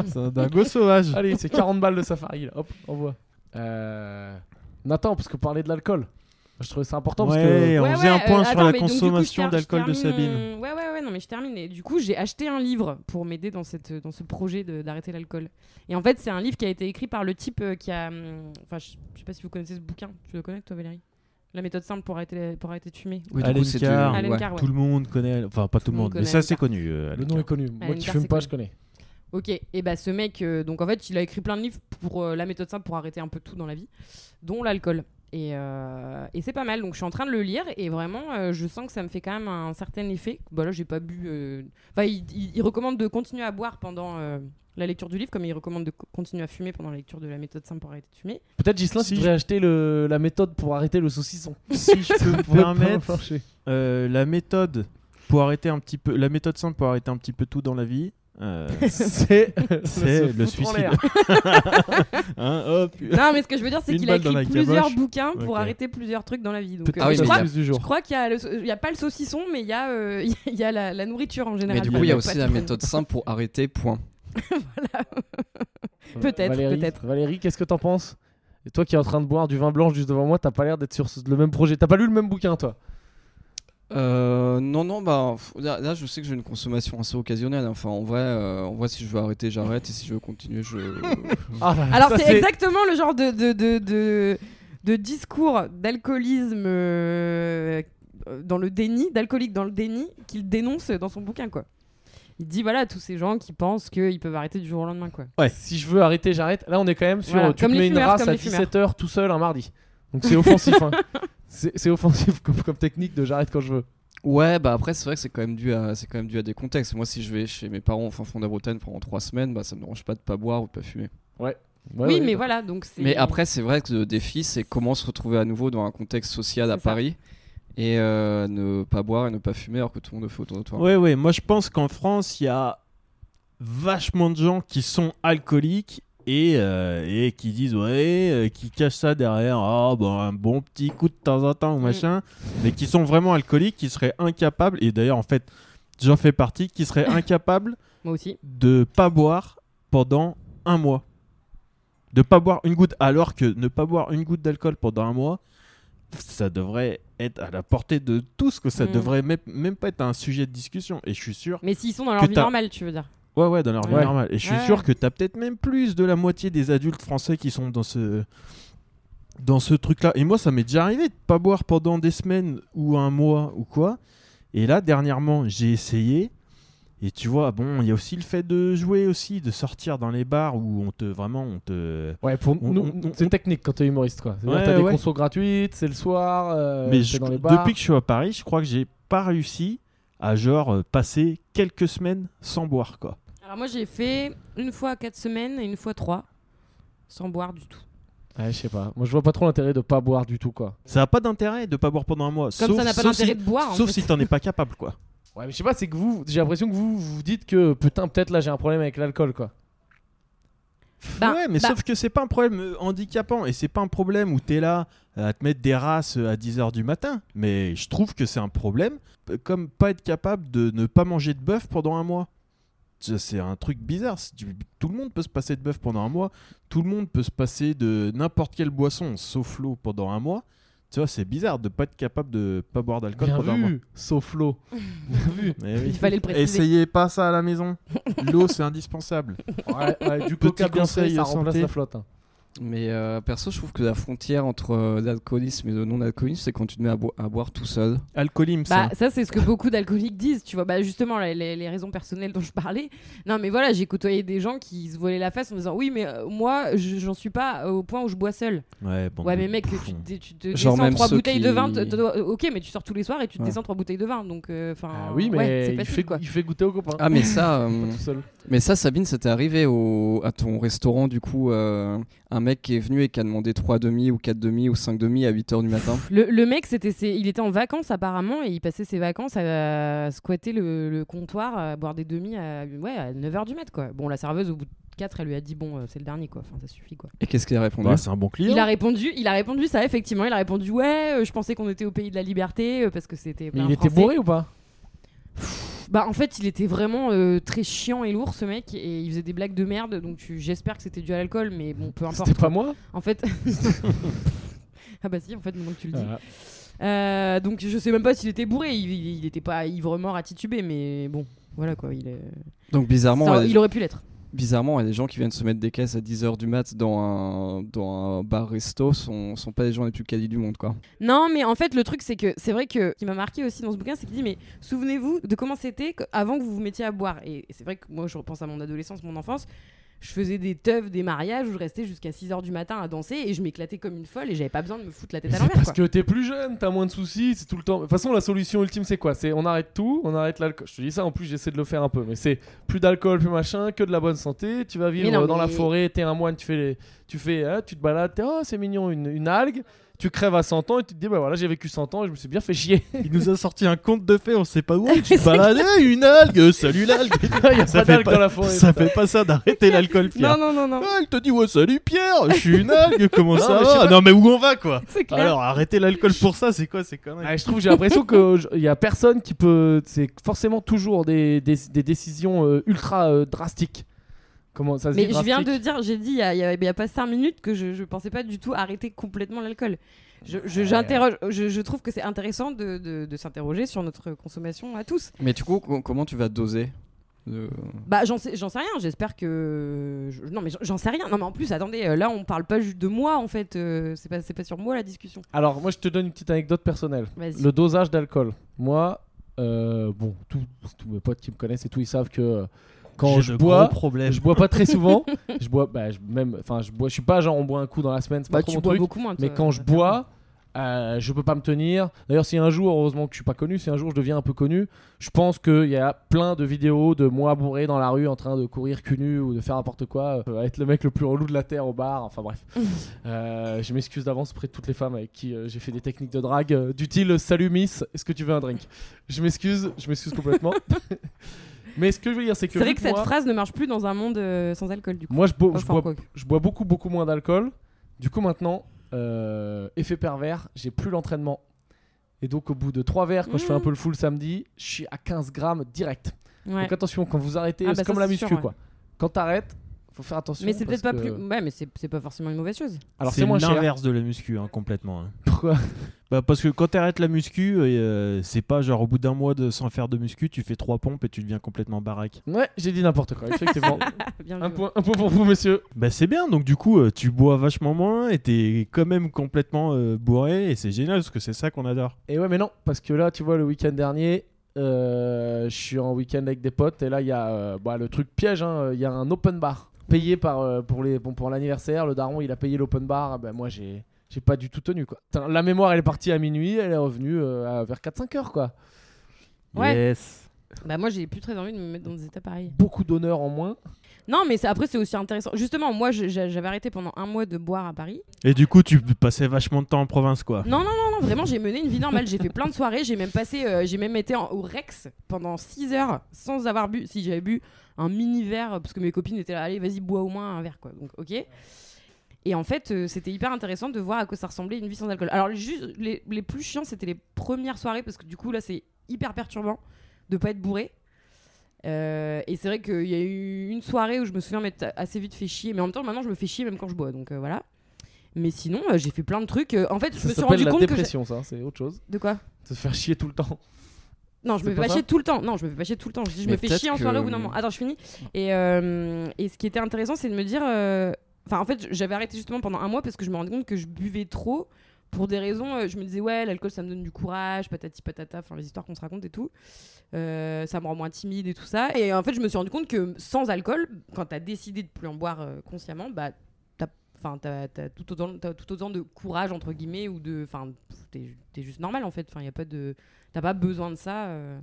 C: c'est un dingo sauvage.
A: Allez, c'est 40 balles de safari là. Hop, envoie. Euh... Nathan, parce que parler de l'alcool. Je trouvais ça important parce
C: Ouais,
A: que.
C: on
B: Ouais,
C: faisait
B: ouais,
C: un point
B: euh,
C: sur
B: attends,
C: la
B: mais donc, du coup, je
C: consommation
B: ter- je
C: d'alcool de
B: termine,
C: Sabine.
B: euh, Ouais, ouais, ouais, non, mais je termine. Et du coup, j'ai acheté un livre pour m'aider dans, cette, dans ce projet de- d'arrêter l'alcool. Et en fait, c'est un livre qui a été écrit par le type euh, qui a. hum, Enfin, je je sais pas si vous connaissez ce bouquin. Tu le connais, toi, Valérie La méthode simple pour arrêter, la- pour arrêter de fumer.
D: Oui,
C: Alencar.
D: c'est de-
C: Alencar,
D: Ah, ouais.
B: Alencar, ouais.
C: Tout le monde connaît, enfin pas tout, le monde, mais
B: connaît
C: ça c'est
B: Alencar.
C: connu. euh,
A: Le
C: Alencar.
A: nom est connu. Moi qui
B: Alencar,
A: fume
B: c'est
A: pas,
B: connu.
A: je connais.
B: Ok, et bah ce mec, euh, donc en fait, il a écrit plein de livres pour euh, la méthode simple pour arrêter un peu tout dans la vie, dont l'alcool. Et, euh, et c'est pas mal, donc je suis en train de le lire et vraiment, euh, je sens que ça me fait quand même un certain effet. Bah là, j'ai pas bu. euh, Enfin, il, il- il recommande de continuer à boire pendant euh, la lecture du livre, comme il recommande de co- continuer à fumer pendant la lecture de la méthode simple pour arrêter de fumer.
A: Peut-être Gislain,
C: Si
A: tu devrais acheter le- la méthode pour arrêter le saucisson.
C: Si je peux me
A: Pour pas
C: permettre,
A: marcher.
C: euh, la méthode pour arrêter un petit peu, la méthode simple pour arrêter un petit peu tout dans la vie, euh,
A: c'est
C: c'est
A: se
C: le
A: foutre en
C: suicide.
A: l'air.
C: Hein, hop.
B: non, mais ce que je veux dire, c'est
C: Une
B: qu'il a
C: balle dans
B: écrit
C: la
B: plusieurs
C: caboche.
B: bouquins pour
C: Ok.
B: arrêter plusieurs trucs dans la vie. Donc,
A: Peut-être
B: euh,
D: Ah oui,
B: je,
A: la
D: mais
B: crois,
D: il y
A: crise du
B: je
A: jour.
B: crois qu'il y, a le sau- il y a pas le saucisson, mais il y a, euh, il y a la, la nourriture en
D: Mais
B: général.
D: du coup, il y a
B: Le
D: aussi la
B: patron.
D: méthode simple pour arrêter, point.
B: Peut-être,
A: Valérie,
B: peut-être.
A: Valérie, qu'est-ce que t'en penses Et toi qui es en train de boire du vin blanc juste devant moi, t'as pas l'air d'être sur ce- le même projet. T'as pas lu le même bouquin, toi
D: Euh, non, non, bah f- là, là, je sais que j'ai une consommation assez occasionnelle. hein. Enfin, en vrai, euh, en vrai, si je veux arrêter, j'arrête, et si je veux continuer, je.
A: Ah là là,
B: Alors
A: ça,
B: c'est exactement le genre de, de, de, de, de discours d'alcoolisme euh, dans le déni, d'alcoolique dans le déni, qu'il dénonce dans son bouquin quoi. Il dit voilà à tous ces gens qui pensent qu'ils peuvent arrêter du jour au lendemain quoi.
A: Si je veux arrêter, j'arrête. Là, on est quand même sur.
B: Voilà,
A: Tu
B: comme
A: te
B: les
A: mets une
B: fumeurs,
A: race
B: comme
A: à
B: les fumeurs.
A: 17h tout seul un mardi. Donc c'est offensif. hein. C'est c'est offensif comme, comme technique de j'arrête quand je veux.
D: Ouais, bah après, c'est vrai que c'est quand même dû à, c'est quand même dû à des contextes. Moi, si je vais chez mes parents au fin fond de la Bretagne pendant trois semaines, bah ça me dérange pas de pas boire ou de pas fumer.
A: Ouais,
B: oui
A: ouais,
B: mais
A: bah.
B: voilà donc c'est.
D: Mais après, c'est vrai que le défi, c'est comment se retrouver à nouveau dans un contexte social à
B: C'est ça.
D: Paris et euh, ne pas boire et ne pas fumer alors que tout le monde le fait autour de toi.
C: Ouais, ouais, moi je pense qu'en France, il y a vachement de gens qui sont alcooliques et, euh, et qui disent, ouais, euh, qui cachent ça derrière, ah, bon, un bon petit coup de temps en temps ou machin, mais qui sont vraiment alcooliques, qui seraient incapables, et d'ailleurs, en fait, j'en fais partie, qui seraient incapables
B: Moi aussi.
C: de pas boire pendant un mois. De pas boire une goutte, alors que ne pas boire une goutte d'alcool pendant un mois, ça devrait être à la portée de tous, que ça
B: Mm.
C: devrait même, même pas être un sujet de discussion. Et je suis sûr,
B: Mais s'ils sont dans leur vie
C: t'as-
B: normale tu veux dire.
C: ouais, ouais, dans leur vie
A: Ouais.
C: normale. Et je suis
B: Ouais.
C: sûr que t'as peut-être même plus de la moitié des adultes français qui sont dans ce dans ce truc-là. Et moi, ça m'est déjà arrivé de pas boire pendant des semaines ou un mois ou quoi. Et là, dernièrement, j'ai essayé. Et tu vois, bon, il y a aussi le fait de jouer aussi, de sortir dans les bars où on te vraiment, on te.
A: Ouais, pour
C: On-
A: nous,
C: on- on-
A: c'est une technique quand t'es humoriste, quoi. C'est-à-dire
C: Ouais,
A: t'as des
C: ouais.
A: consos gratuites, c'est le soir, euh,
C: Mais
A: t'es
C: je-
A: dans les bars.
C: depuis que je suis à Paris, je crois que j'ai pas réussi à genre euh, passer quelques semaines sans boire quoi.
B: Alors moi j'ai fait une fois quatre semaines et une fois trois sans boire du tout.
A: Ouais, je sais pas. Moi, je vois pas trop l'intérêt de pas boire du tout, quoi.
C: Ça a pas d'intérêt de pas boire pendant un mois.
B: Comme
C: sauf,
B: ça n'a pas
C: sauf si-
B: d'intérêt de boire. en
C: Sauf
B: fait.
C: si t'en es pas capable, quoi.
A: Ouais, mais je sais pas, c'est que vous, j'ai l'impression que vous vous vous dites que putain, peut-être là j'ai un problème avec l'alcool, quoi.
B: Bah,
C: ouais, mais
B: bah.
C: sauf que c'est pas un problème euh, handicapant et c'est pas un problème où t'es là euh, à te mettre des races euh, à 10h du matin. Mais je trouve que c'est un problème euh, comme pas être capable de ne pas manger de bœuf pendant un mois. Ça, C'est un truc bizarre. C'est du- Tout le monde peut se passer de bœuf pendant un mois. Tout le monde peut se passer de n'importe quelle boisson sauf l'eau pendant un mois. Tu vois, c'est bizarre de pas être capable de pas boire d'alcool
A: Bien
C: pendant un mois.
A: vu, sauf l'eau. Bien vu.
C: Eh oui.
B: Il fallait le préciser.
C: Essayez pas ça à la maison. L'eau, c'est indispensable.
A: Ouais, ouais, du
C: Petit
A: coca bien frais,
C: conseil
A: ça
C: santé.
A: remplace la flotte. hein.
D: Mais euh, perso, je trouve que la frontière entre euh, l'alcoolisme et le non-alcoolisme, c'est quand tu te mets à, bo- à boire tout seul.
C: Alcoolisme,
B: Bah, ça, c'est ce que beaucoup d'alcooliques disent, tu vois. Bah, justement, les, les- les raisons personnelles dont je parlais. Non, mais voilà, j'ai côtoyé des gens qui se volaient la face en disant Oui, mais euh, moi, je- j'en suis pas au point où je bois seul.
C: Ouais, bon.
B: ouais, mais mec,
C: pff,
B: tu,
C: on-
B: te- tu te
D: Genre
B: descends
D: même
B: trois
D: ceux
B: bouteilles de
D: qui-
B: vin. te- te- ok, mais tu sors tous les soirs et tu te
D: Ouais.
B: descends trois bouteilles de vin. Donc, euh, enfin.
A: Ah oui, mais
B: c'est
A: il,
B: facile,
A: fait,
B: quoi.
A: il fait goûter aux copains.
D: Ah, mais
A: Oh.
D: ça,
A: Pas
D: euh,
A: tout seul.
D: mais ça, Sabine, c'était arrivé au, à ton restaurant, du coup, euh, un mec qui est venu et qui a demandé 3,5 ou 4,5 ou 5,5 à 8h du matin.
B: Le, le mec, c'était, ses- il était en vacances apparemment et il passait ses vacances à, à squatter le, le comptoir, à boire des demi à, ouais, à 9h du mat. Quoi. Bon, la serveuse, au bout de 4, elle lui a dit Bon, euh, c'est le dernier, quoi. Enfin, ça suffit, quoi.
D: Et qu'est-ce qu'il a répondu
C: Bah, c'est un bon client.
A: Hein
B: Il a répondu, il a répondu ça effectivement. Il a répondu ouais, euh, je pensais qu'on était au pays de la liberté euh, parce que c'était.
A: Mais
B: plein
A: il était
B: Français.
A: bourré ou pas
B: Bah en fait, il était vraiment euh, très chiant et lourd ce mec et il faisait des blagues de merde. Donc tu- j'espère que c'était dû à l'alcool, mais bon, peu importe.
A: C'était pas moi
B: En fait. ah bah si, en fait, maintenant que tu le dis.
A: Ah.
B: Euh, donc je sais même pas s'il était bourré. Il, il, il était pas ivre mort à titubé, mais bon, voilà quoi. Il, est-
D: Donc, bizarrement,
B: ça-
D: ouais,
B: il aurait pu l'être.
D: bizarrement, il y a des gens qui viennent se mettre des caisses à 10h du mat dans un, dans un bar-resto, sont, sont pas les gens les plus qualis du monde, quoi.
B: Non, mais en fait, le truc, c'est que c'est vrai que ce qui m'a marqué aussi dans ce bouquin, c'est qu'il dit Mais souvenez-vous de comment c'était que- avant que vous vous mettiez à boire. Et c'est vrai que moi, je repense à mon adolescence, mon enfance. Je faisais des teufs, des mariages où je restais jusqu'à 6 h du matin à danser et je m'éclatais comme une folle et j'avais pas besoin de me foutre la tête à
A: C'est
B: l'envers.
A: parce
B: quoi.
A: que t'es plus jeune, t'as moins de soucis, c'est tout le temps. De toute façon, la solution ultime, c'est quoi C'est on arrête tout, on arrête l'alcool. Je te dis ça, en plus, j'essaie de le faire un peu, mais c'est plus d'alcool, plus machin, que de la bonne santé. Tu vas vivre
B: Mais non,
A: euh, dans la
B: mais-
A: forêt, t'es un moine, tu fais, les... tu fais, hein, tu te balades, t'es, oh, c'est mignon, une, une algue. Tu crèves à 100 ans et tu te dis, bah voilà, j'ai vécu 100 ans et je me suis bien fait chier.
C: Il nous a sorti un conte de fées, on sait pas où. bah, Tu
B: C'est
C: te baladais, une algue, Euh, salut l'algue.
A: Il y a
C: Ça
A: pas
C: fait
A: d'algue
C: pas-
A: dans la forêt.
C: ça fait pas ça d'arrêter l'alcool, Pierre.
B: Non, non, non, non,
C: Ah, elle te dit, ouais, salut Pierre, je suis une algue, comment
A: Non,
C: ça
A: mais je sais
C: va
A: pas.
C: Non, mais où on va, quoi
B: c'est clair.
C: Alors, arrêter l'alcool pour ça, c'est quoi C'est quand même.
A: Ouais, Ah, je trouve, j'ai l'impression qu'il y a personne qui peut. C'est forcément toujours des, des, des décisions euh, ultra euh, drastiques. Comment ça se
B: Mais
A: dit
B: je viens de
A: drastique
B: dire, j'ai dit il y a, il y a- il y a pas 5 minutes que je, je pensais pas du tout arrêter complètement l'alcool. Je, je- j'interroge, je, je trouve que c'est intéressant de, de- de s'interroger sur notre consommation à tous.
D: Mais du coup, co- comment tu vas doser le-
B: Bah j'en sais, j'en sais rien, j'espère que... je- non mais j'en- j'en sais rien, non mais en plus attendez, euh, là on parle pas juste de moi en fait, euh, c'est, pas, c'est pas sur moi la discussion.
A: Alors, moi, je te donne une petite anecdote personnelle.
B: Vas-y.
A: Le dosage d'alcool. Moi, euh, bon, tous tous mes potes qui me connaissent et tout, ils savent que euh, quand
C: J'ai
A: je
C: de
A: bois,
C: gros problèmes.
A: je bois pas très souvent. je bois, bah, je- même, enfin, je bois, je suis pas genre on boit un coup dans la semaine, c'est pas
B: Bah,
A: trop
B: tu
A: mon
B: bois
A: truc.
B: beaucoup moins.
A: Mais
B: toi,
A: quand je
B: euh,
A: bois, euh, je peux pas me tenir. D'ailleurs, si un jour, heureusement que je suis pas connu, si un jour je deviens un peu connu, je pense qu'il y a plein de vidéos de moi bourré dans la rue en train de courir cul nu ou de faire n'importe quoi, euh, être le mec le plus relou de la terre au bar. Enfin bref, Euh, je m'excuse d'avance auprès de toutes les femmes avec qui euh, j'ai fait des techniques de drague euh, du style Salut Miss, est-ce que tu veux un drink Je m'excuse, je m'excuse complètement. Mais ce que je veux dire, c'est que
B: C'est vrai
A: vu
B: que cette
A: moi,
B: phrase ne marche plus dans un monde euh, sans alcool du coup.
A: moi, je, bo- je
B: Enfin,
A: bois
B: quoique.
A: je bois beaucoup beaucoup moins d'alcool. Du coup maintenant, euh, effet pervers, j'ai plus l'entraînement. Et donc au bout de 3 verres, quand je fais
B: Mmh.
A: un peu le full samedi, je suis à 15 grammes direct.
B: Ouais.
A: Donc attention, quand vous arrêtez,
B: Ah, bah
A: c'est
B: ça,
A: comme la
B: c'est
A: muscu
B: sûr, ouais.
A: quoi. Quand t'arrêtes, faut faire attention.
B: Mais c'est
A: parce
B: peut-être pas
A: que-
B: plus... Ouais mais c'est, c'est pas forcément une mauvaise chose.
A: Alors c'est
C: c'est
A: moins cher.
C: l'inverse de la muscu, hein, complètement. hein.
A: Pourquoi
C: Bah, parce que quand t'arrêtes la muscu, euh, c'est pas genre au bout d'un mois de, sans faire de muscu, tu fais trois pompes et tu deviens complètement baraque.
A: Ouais, j'ai dit n'importe quoi, effectivement.
B: Bien
A: un,
B: vu.
A: point, un point pour vous, messieurs.
C: Bah, c'est bien, donc du coup, euh, tu bois vachement moins et t'es quand même complètement euh, bourré et c'est génial parce que c'est ça qu'on adore.
A: Et ouais, mais non, parce que là, tu vois, le week-end dernier, euh, je suis en week-end avec des potes, et là, il y a euh, bah, le truc piège, hein, il y a un open bar payé par, euh, pour, les, bon, pour l'anniversaire. Le daron, il a payé l'open bar, ben, moi, j'ai, j'ai pas du tout tenu. Quoi. Putain, la mémoire, elle est partie à minuit, elle est revenue euh, à- vers 4-5 heures. Quoi.
B: Ouais.
C: Yes.
B: Bah moi j'ai plus très envie de me mettre dans des états pareils.
A: Beaucoup d'honneur en moins.
B: Non, mais c'est- après, c'est aussi intéressant. Justement, moi, je- j'a- j'avais arrêté pendant un mois de boire à Paris.
C: Et du coup, tu passais vachement de temps en province, quoi.
B: Non, non, non, non vraiment, j'ai mené une vie normale. J'ai fait plein de soirées. J'ai même passé, euh, j'ai même été en- au Rex pendant 6 heures sans avoir bu. Si j'avais bu un mini verre, parce que mes copines étaient là, allez, vas-y, bois au moins un verre, quoi. Donc, ok. Et en fait, euh, c'était hyper intéressant de voir à quoi ça ressemblait une vie sans alcool. Alors, juste, les, les plus chiants, c'était les premières soirées, parce que du coup, là, c'est hyper perturbant de pas être bourré. Euh, et c'est vrai qu'il y a eu une soirée où je me souviens m'être assez vite fait chier, mais en même temps, maintenant, je me fais chier même quand je bois, donc euh, voilà. Mais sinon, euh, j'ai fait plein de trucs. Euh, En fait, je
A: Ça
B: me suis
A: s'appelle
B: rendu
A: la
B: compte que. j'ai-
A: dépression, ça, c'est autre chose.
B: De quoi
A: Se faire chier tout le temps.
B: non,
A: C'était
B: je me fais
A: pas
B: pas
A: ça
B: chier tout le temps. Non, je me fais pas chier tout le temps. Je, dis, je
D: Mais
B: me fais
D: peut-être
B: chier en
D: que-
B: soirée au bout d'un moment. Attends, je finis. Et, euh, et ce qui était intéressant, c'est de me dire. euh, Enfin, en fait, j'avais arrêté justement pendant un mois parce que je me rendais compte que je buvais trop pour des raisons. euh, je me disais, ouais, l'alcool, ça me donne du courage, patati patata, enfin, les histoires qu'on se raconte et tout. Euh, ça me rend moins timide et tout ça. Et en fait, je me suis rendu compte que sans alcool, quand t'as décidé de plus en boire euh, consciemment, bah. t'as- Enfin, t'as t'as tout, autant- t'as tout autant de courage, entre guillemets, ou de. Enfin, pff, t'es t'es juste normal, en fait. Enfin, y a pas de. T'as pas besoin de ça. euh.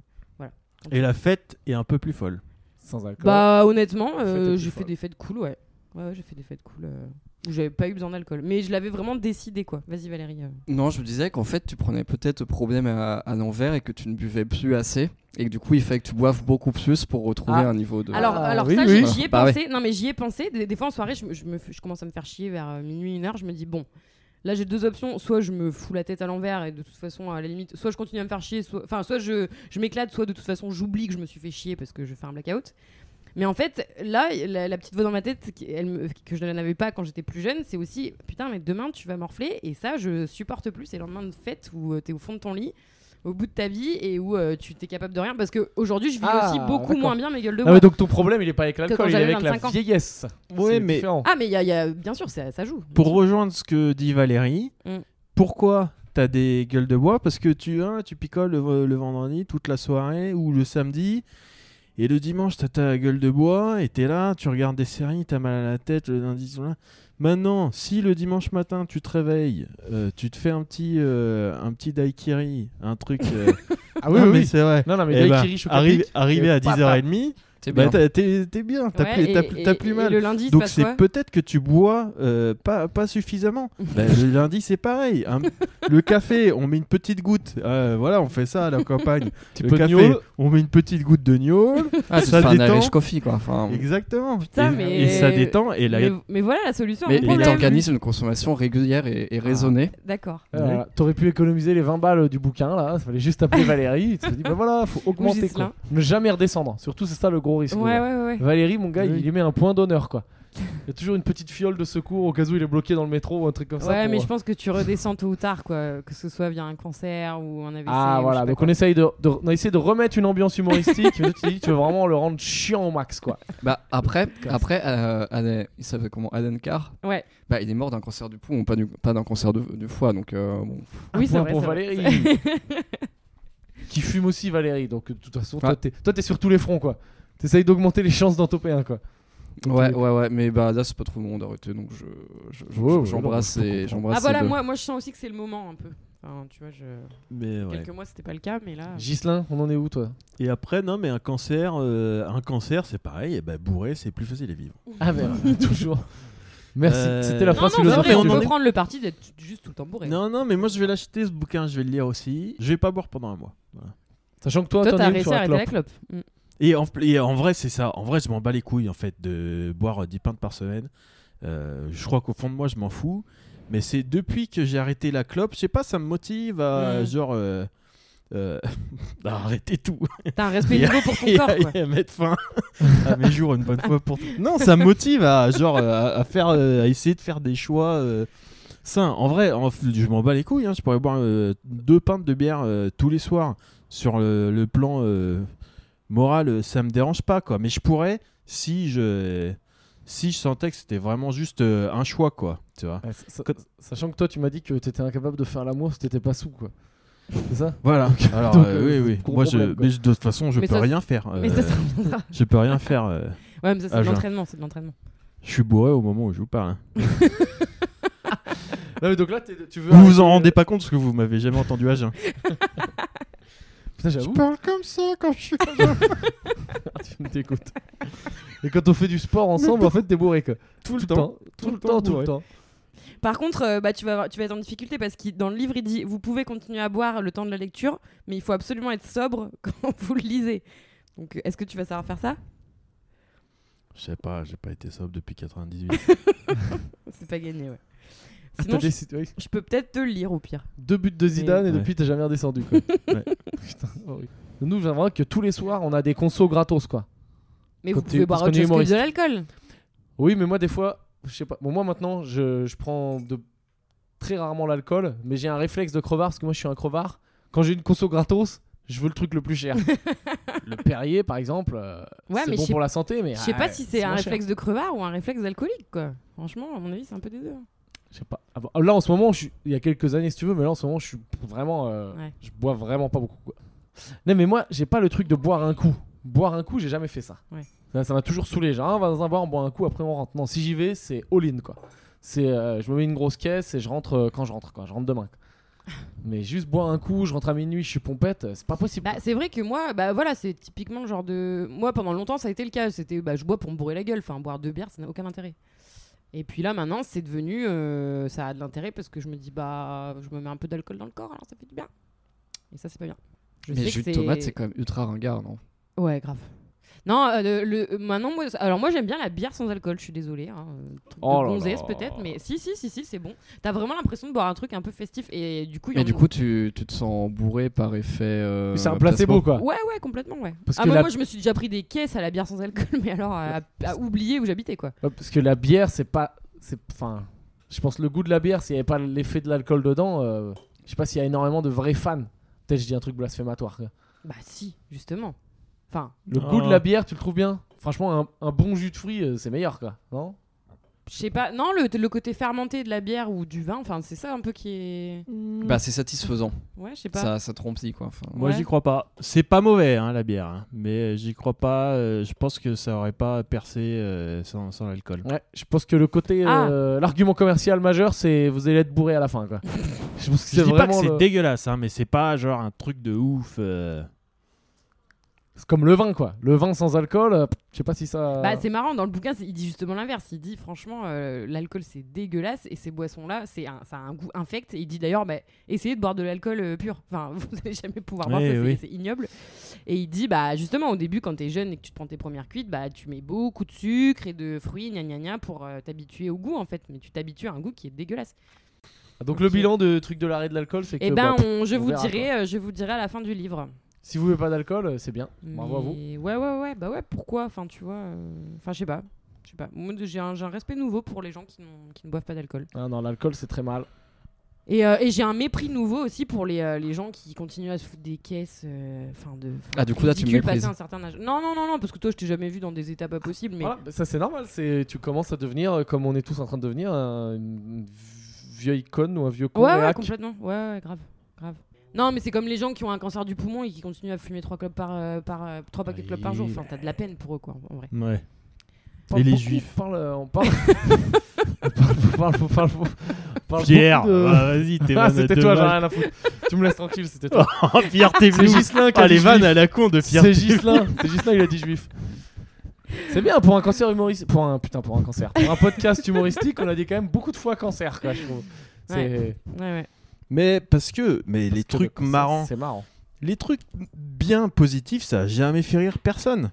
C: Et la fête est un peu plus folle.
A: Sans alcool.
B: Bah honnêtement,
A: fête
B: euh,
A: est
B: j'ai
A: plus
B: fait
A: folle.
B: des fêtes cool, ouais. Ouais, ouais, j'ai fait des fêtes cool. euh, où J'avais pas eu besoin d'alcool, mais je l'avais vraiment décidé quoi. Vas-y Valérie. euh.
D: Non, je me disais qu'en fait, tu prenais peut-être le problème à, à l'envers et que tu ne buvais plus assez. Et que du coup, il fallait que tu boives beaucoup plus pour retrouver
A: Ah.
D: un niveau de.
B: alors,
A: Ah,
B: alors
A: oui,
B: ça,
D: oui.
B: j'y ai
D: Bah
B: pensé. Non mais j'y ai pensé. Des, des fois en soirée, je, me- je me, f- je commence à me faire chier vers euh, minuit, une heure. Je me dis bon, là j'ai deux options. Soit je me fous la tête à l'envers et de toute façon à la limite, soit je continue à me faire chier, soit, enfin soit je, je m'éclate, soit de toute façon j'oublie que je me suis fait chier parce que je fais un blackout. Mais en fait, là, la, la petite voix dans ma tête qui- elle me- que je ne n'avais pas quand j'étais plus jeune, c'est aussi putain, mais demain tu vas morfler et ça, je supporte plus. C'est le lendemain de fête où euh, t'es au fond de ton lit, au bout de ta vie et où euh, tu t'es capable de rien. Parce qu'aujourd'hui, je vis
A: Ah,
B: aussi beaucoup
A: d'accord.
B: moins bien mes gueules de
A: Ah
B: bois.
A: mais donc ton problème il est pas avec
B: quand
A: l'alcool, il est
B: j'avais
A: avec la
B: 25 ans.
A: vieillesse.
C: Ouais,
A: C'est
C: mais-
A: différent.
B: Ah, mais il y a- il y a- bien sûr, ça, ça joue.
C: Pour rejoindre ce que dit Valérie,
B: Mm.
C: pourquoi t'as des gueules de bois Parce que tu, hein, tu picoles le, le vendredi toute la soirée ou le samedi. Et le dimanche, t'as ta gueule de bois, et t'es là, tu regardes des séries, t'as mal à la tête, le lundi, tu es là. Maintenant, si le dimanche matin, tu te réveilles, euh, tu te fais un petit, euh, un petit daiquiri, un truc... euh,
A: Ah oui,
C: non,
A: oui,
C: mais
A: oui.
C: c'est vrai.
A: Non non mais
C: Eh ben,
A: daiquiri, chocolat
C: arrive-
A: pic,
C: arrivé
A: et
C: à
A: pam, pam.
C: 10h30,
D: T'es
C: bah,
D: bien.
C: t'as- t'es t'es bien, t'as
B: Ouais,
C: plus,
B: et-
C: t'as plus-
B: et-
C: t'as plus
B: et
C: mal.
B: le lundi, il se
C: Donc
B: passe
C: c'est
B: quoi
C: peut-être que tu bois euh, pas, pas suffisamment. Ben, le lundi c'est pareil. hein. Le café, on met une petite goutte. Euh, voilà, on fait ça à la campagne.
A: Petit
C: le
A: peu de
C: café,
A: gnôle.
C: on met une petite goutte de gnôle.
D: Ah, tu te
C: ça
D: fais un
C: détend.
D: Irish coffee quoi. Enfin,
C: Exactement.
B: Putain,
C: et,
B: mais-
C: et ça détend. Et la...
B: Mais, mais voilà la solution. à
D: mais
B: mon
D: mais
B: problème.
D: t'organises une consommation régulière et, et raisonnée.
B: D'accord.
A: Euh, voilà. T'aurais pu économiser les 20 balles du bouquin là, ça fallait juste appeler Valérie, tu te dis bah voilà, faut augmenter
B: Ghislain.
A: quoi. Ne jamais redescendre, surtout c'est ça le gros risque.
B: Ouais,
A: là.
B: ouais, ouais.
A: Valérie mon gars,
C: Oui.
A: il y met un point d'honneur quoi. Il y a toujours une petite fiole de secours au cas où il est bloqué dans le métro ou un truc comme ça.
B: Ouais,
A: pour,
B: mais
A: euh,
B: je pense que tu redescends tôt ou tard, quoi. Que ce soit via un cancer ou un AVC.
A: Ah
B: ou je
A: voilà,
B: sais pas
A: donc
B: quoi.
A: on essaye de, de- on a essayé de remettre une ambiance humoristique, mais toi, tu t'es dit tu veux vraiment le rendre chiant au max quoi.
D: Bah après, après, euh, Aden- il s'appelle comment Aden Carr.
B: Ouais.
D: Bah il est mort d'un cancer du poumon, pas du- pas d'un cancer de- du foie, donc euh, bon.
A: Un
B: Oui, c'est
A: point
B: vrai,
A: pour
B: c'est vrai.
A: Valérie. Qui fume aussi Valérie, donc euh, de toute façon toi
D: Ouais.
A: t'es toi, t'es sur tous les fronts quoi. T'essayes d'augmenter les chances d'en toper un quoi.
D: Ouais, ouais, ouais, mais bah là c'est pas trop le moment d'arrêter, donc je je- je-
A: Ouais, ouais,
D: j'embrasse
A: non, je peux
D: et
A: comprendre.
D: j'embrasse.
B: Ah voilà,
D: les deux.
B: moi, moi je sens aussi que c'est le moment un peu. Enfin, tu vois, je...
C: mais ouais.
B: quelques mois c'était pas le cas, mais là.
A: Gislin, on en est où toi
C: Et après, non, mais un cancer, euh, un cancer c'est pareil. Et ben, bourré, c'est plus facile à vivre.
A: Ah merde, toujours. Merci,
C: Euh,
A: c'était la
B: Non, non,
A: phrase
B: mais
C: philosophique,
B: après,
A: philosophique.
B: on
A: du
B: peut
C: en
A: jour.
C: est-
B: prendre le parti d'être juste tout le temps bourré.
C: Non, non, mais moi je vais l'acheter ce bouquin, je vais le lire aussi. Je vais pas boire pendant un mois. Voilà.
A: Sachant que toi,
B: Toi,
A: t'en
B: t'as
A: es où
B: réussi
A: sur
B: à
A: la
B: arrêter la
A: clope
B: clope. Mm.
C: Et en, et en vrai, c'est ça. En vrai, je m'en bats les couilles en fait de boire euh, 10 pintes par semaine. Euh, je crois qu'au fond de moi, je m'en fous. Mais c'est depuis que j'ai arrêté la clope, je sais pas, ça me motive à
B: Mm.
C: genre euh, euh, à arrêter tout
B: T'as un respect
C: Yeah.
B: nouveau pour ton
C: et, à,
B: corps, quoi.
C: et à mettre fin à mes jours Ah, une bonne fois pour tout. Non, ça me motive à genre euh, à, à faire, euh, à essayer de faire des choix. euh, sains. en vrai, en f- je m'en bats les couilles. hein. Je pourrais boire euh, deux pintes de bière euh, tous les soirs. Sur le, le plan euh, moral, euh, ça me dérange pas, quoi. Mais je pourrais si je si je sentais que c'était vraiment juste euh, un choix, quoi. Tu vois.
A: Ouais, sa- sa- Sachant que toi, tu m'as dit que t'étais incapable de faire l'amour si t'étais pas sous quoi. C'est ça
C: Voilà. Alors,
A: donc,
C: euh,
A: euh,
C: oui, oui.
A: gros
C: Moi, je,
A: problème, quoi.
C: mais je- de toute façon, je
B: Mais
C: peux
B: ça-
C: rien faire.
B: Mais
C: euh,
B: ça, ça reviendra.
C: je peux rien faire. euh,
B: Ouais, mais ça, c'est
C: Ah,
B: de
C: je-
B: l'entraînement, c'est de l'entraînement.
C: je suis bourré au moment où je vous parle. hein.
A: Non, mais donc là, t'es- tu veux.
C: Vous vous
A: arrêter-
C: en rendez pas compte parce que vous m'avez jamais entendu à jeun.
A: Putain, j'avoue.
C: parle comme ça quand je suis.
A: tu ne t'écoutes. Et quand on fait du sport ensemble, en fait, t'es bourré quoi. Tout le temps, tout le temps, tout le
C: bourré.
A: temps.
B: Par contre, euh, bah, tu, vas, avoir- tu vas être en difficulté parce que dans le livre, il dit vous pouvez continuer à boire le temps de la lecture, mais il faut absolument être sobre quand vous le lisez. Donc, est-ce que tu vas savoir faire ça
C: Je sais pas, j'ai pas été sobre depuis 98.
B: C'est pas gagné, ouais.
A: Ah,
B: Sinon,
A: t'as
B: je,
A: des situ- oui.
B: je peux peut-être te le lire au pire.
A: Deux buts de Zidane et
C: Ouais.
A: depuis t'es jamais redescendu quoi.
C: Ouais.
A: Putain, horrible. Nous, j'aimerais que tous les soirs on a des consos gratos quoi.
B: Mais
A: Quand
B: vous
A: t'es-
B: pouvez boire
A: parce qu'on
B: autre
A: est
B: chose que de
A: humoriste.
B: l'alcool.
A: Oui, mais moi des fois, je sais pas. Bon, moi maintenant, je, je prends de très rarement l'alcool, mais j'ai un réflexe de crevard parce que moi je suis un crevard. Quand j'ai une conso gratos, je veux le truc le plus cher. le Perrier par exemple, euh,
B: Ouais,
A: c'est
B: mais
A: bon
B: je sais-
A: pour la santé, mais
B: Je sais
A: ah,
B: pas si c'est un
A: moins cher.
B: réflexe de crevard ou un réflexe alcoolique, quoi. Franchement, à mon avis, c'est un peu des deux. hein.
A: Je sais pas. Ah bon, Là en ce moment, je suis... il y a quelques années si tu veux, mais là en ce moment, je suis vraiment, euh,
B: Ouais.
A: je bois vraiment pas beaucoup. quoi. Non mais moi, j'ai pas le truc de boire un coup. Boire un coup, j'ai jamais fait ça.
B: Ouais.
A: Ça ça m'a toujours saoulé. Genre, ah, on va dans un bar, on boit un coup, après on rentre. Non, si j'y vais, c'est all-in quoi. C'est, euh, je me mets une grosse caisse et je rentre euh, quand je rentre quoi. Je rentre demain. quoi. Mais juste boire un coup, je rentre à minuit, je suis pompette, euh, c'est pas possible.
B: Bah, c'est vrai que moi, bah voilà, c'est typiquement le genre de. Moi, pendant longtemps, ça a été le cas. C'était, bah, je bois pour me bourrer la gueule. Enfin, boire deux bières, ça n'a aucun intérêt. Et puis là, maintenant, c'est devenu, euh, ça a de l'intérêt parce que je me dis, bah, je me mets un peu d'alcool dans le corps, alors ça fait du bien. Et ça, c'est pas bien. Je
D: Mais
B: sais
D: jus
B: que
D: de tomate c'est quand même ultra ringard, non
B: Ouais, grave. Non, euh, le, le- maintenant, moi, alors moi j'aime bien la bière sans alcool, je suis désolée. Hein, euh, truc
A: Oh
B: de
A: là
B: gonzesse
A: là.
B: peut-être, mais si, si, si, si, c'est bon. T'as vraiment l'impression de boire un truc un peu festif et du coup, il y
D: Mais
B: en
D: du
B: a-
D: coup tu, tu te sens bourré par effet. euh,
A: Mais c'est un placebo quoi.
B: Ouais, ouais, complètement, ouais.
A: Parce
B: ah,
A: que
B: moi,
A: la-
B: moi, je me suis déjà pris des caisses à la bière sans alcool, mais alors à, à oublier où j'habitais, quoi.
A: Ouais, parce que la bière, c'est pas, c'est, enfin, je pense le goût de la bière, s'il y avait pas l'effet de l'alcool dedans, euh, je sais pas s'il y a énormément de vrais fans Peut-être je dis un truc blasphématoire. quoi.
B: Bah si, justement. Enfin,
A: Le
C: Ah.
A: goût de la bière, tu le trouves bien Franchement, un, un bon jus de fruits, euh, c'est meilleur, quoi. Non
B: je sais pas. Non, le, le côté fermenté de la bière ou du vin, enfin, c'est ça un peu qui est.
D: Bah, c'est satisfaisant.
B: Ouais, je sais pas.
D: Ça, ça trompille, quoi. Enfin,
C: Moi,
B: Ouais.
C: j'y crois pas. C'est pas mauvais, hein, la bière, hein, mais euh, j'y crois pas. euh, je pense que ça aurait pas percé euh, sans, sans l'alcool.
A: Ouais, je pense que le côté.
B: Ah.
A: euh, L'argument commercial majeur, c'est vous allez être bourré à la fin, quoi. je pense que
C: Je
A: c'est
C: dis pas que
A: vraiment.
C: c'est
A: le-
C: dégueulasse, hein, mais c'est pas genre un truc de ouf. euh.
A: C'est comme le vin, quoi. Le vin sans alcool, euh, pff, je sais pas si ça.
B: Bah, c'est marrant, dans le bouquin, c'est- il dit justement l'inverse. Il dit, franchement, euh, l'alcool, c'est dégueulasse et ces boissons-là, c'est un- ça a un goût infect. Et il dit d'ailleurs, bah, essayez de boire de l'alcool euh, pur. Enfin, vous n'allez jamais pouvoir boire
C: Oui,
B: ça, c'est-
C: oui.
B: c'est ignoble. Et il dit, bah, justement, au début, quand t'es jeune et que tu te prends tes premières cuites, bah, tu mets beaucoup de sucre et de fruits, gna gna gna, pour euh, t'habituer au goût, en fait. Mais tu t'habitues à un goût qui est dégueulasse.
A: Donc le bilan de truc de l'arrêt de l'alcool, c'est que
B: Eh ben,
A: bah, pff,
B: on- je,
A: on
B: vous
A: verra,
B: dirai, euh, je vous dirai à la fin du livre.
A: si vous buvez pas d'alcool, euh, c'est bien.
D: bah,
A: Bravo à vous.
B: Mais Ouais, ouais, ouais. Bah ouais, pourquoi Enfin, tu vois. euh, Enfin, je sais pas. Je sais pas. Moi, j'ai un, j'ai un respect nouveau pour les gens qui, n'ont- qui ne boivent pas d'alcool.
A: Ah non, l'alcool, c'est très mal.
B: Et, euh, et j'ai un mépris nouveau aussi pour les, euh, les gens qui continuent à se foutre des caisses. euh, Enfin, de. enfin,
D: Ah, du coup, là, tu me
B: ridicule
D: méprises.
B: passer un certain âge. Non, non, non, non, parce que toi, je t'ai jamais vu dans des états pas possibles. Mais
A: Voilà, bah, ça c'est normal, c'est tu commences à devenir, euh, comme on est tous en train de devenir, un- une vieille conne ou un vieux con.
B: Ouais, ouais,
A: réac.
B: complètement. Ouais, ouais, grave, grave. Non, mais c'est comme les gens qui ont un cancer du poumon et qui continuent à fumer trois clopes par, euh, par euh, trois paquets de clopes par jour.
C: Oui.
B: Enfin, t'as de la peine pour eux, quoi, en vrai.
C: Ouais.
A: On parle
C: Et les
A: beaucoup,
C: juifs.
A: On parle, euh, on parle, on parle, on parle, on parle, on parle
C: Pierre,
A: beaucoup de-
C: bah, vas-y, t'es
A: Ah, c'était toi, j'en ai rien à foutre. tu me laisses tranquille, c'était toi.
C: Oh, Pierre, t'es
A: C'est
C: venu.
A: Gislin qui a
C: Ah,
A: dit
C: les vannes
A: juif.
C: à la con de Pierre.
A: C'est Gislin, c'est Gislin, il a dit juif. C'est bien pour un cancer humoristique, pour un putain pour un cancer, pour un podcast humoristique, on a dit quand même beaucoup de fois cancer quoi, je trouve. C'est
B: Ouais, ouais.
C: Mais parce que, mais
A: parce
C: les
A: que le
C: trucs
A: cancer,
C: marrants,
A: C'est marrant.
C: les trucs bien positifs, ça a jamais fait rire personne.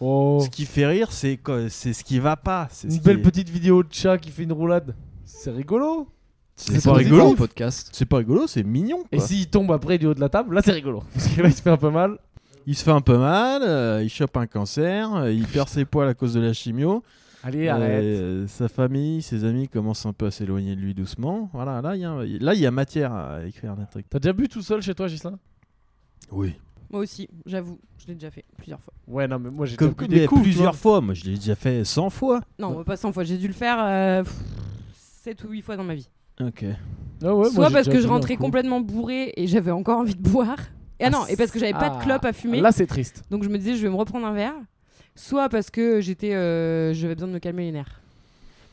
A: Oh.
C: Ce qui fait rire, c'est quoi- c'est ce qui va pas. C'est ce
A: Une
C: qui
A: belle
C: est-
A: petite vidéo de chat qui fait une roulade. C'est rigolo.
C: C'est
A: c'est
C: pas
A: positif.
C: rigolo.
D: un podcast.
C: C'est pas rigolo, c'est mignon.
A: Et
C: quoi.
A: s'il tombe après du haut de la table, là c'est rigolo. Parce que là il se fait un peu mal.
C: Il se fait un peu mal, euh, il chope un cancer, euh, il perd ses poils à cause de la chimio.
A: Allez,
C: Euh,
A: arrête.
C: euh, sa famille, ses amis commencent un peu à s'éloigner de lui doucement. Voilà, là il y, a- là, il y a matière à écrire un truc.
A: T'as déjà bu tout seul chez toi, Gislin
C: Oui.
B: Moi aussi, j'avoue, je l'ai déjà fait plusieurs fois.
A: Ouais, non, mais moi j'ai déjà
C: Comme
A: bu
C: mais
A: des coups,
C: plusieurs
A: tu
C: fois, moi je l'ai déjà fait 100 fois.
B: Non, pas 100 fois, j'ai dû le faire euh, 7 ou 8 fois dans ma vie.
C: Ok.
A: vois. Ah ouais, moi,
B: Soit
A: j'ai
B: parce
A: déjà
B: que je
A: bu un
B: rentrais
A: coup.
B: complètement bourré et j'avais encore envie de boire. Et ah non, et parce que j'avais pas de
A: Ah,
B: clope à fumer.
A: Là c'est triste.
B: Donc je me disais, je vais me reprendre un verre. Soit parce que j'étais, euh, j'avais besoin de me calmer les nerfs.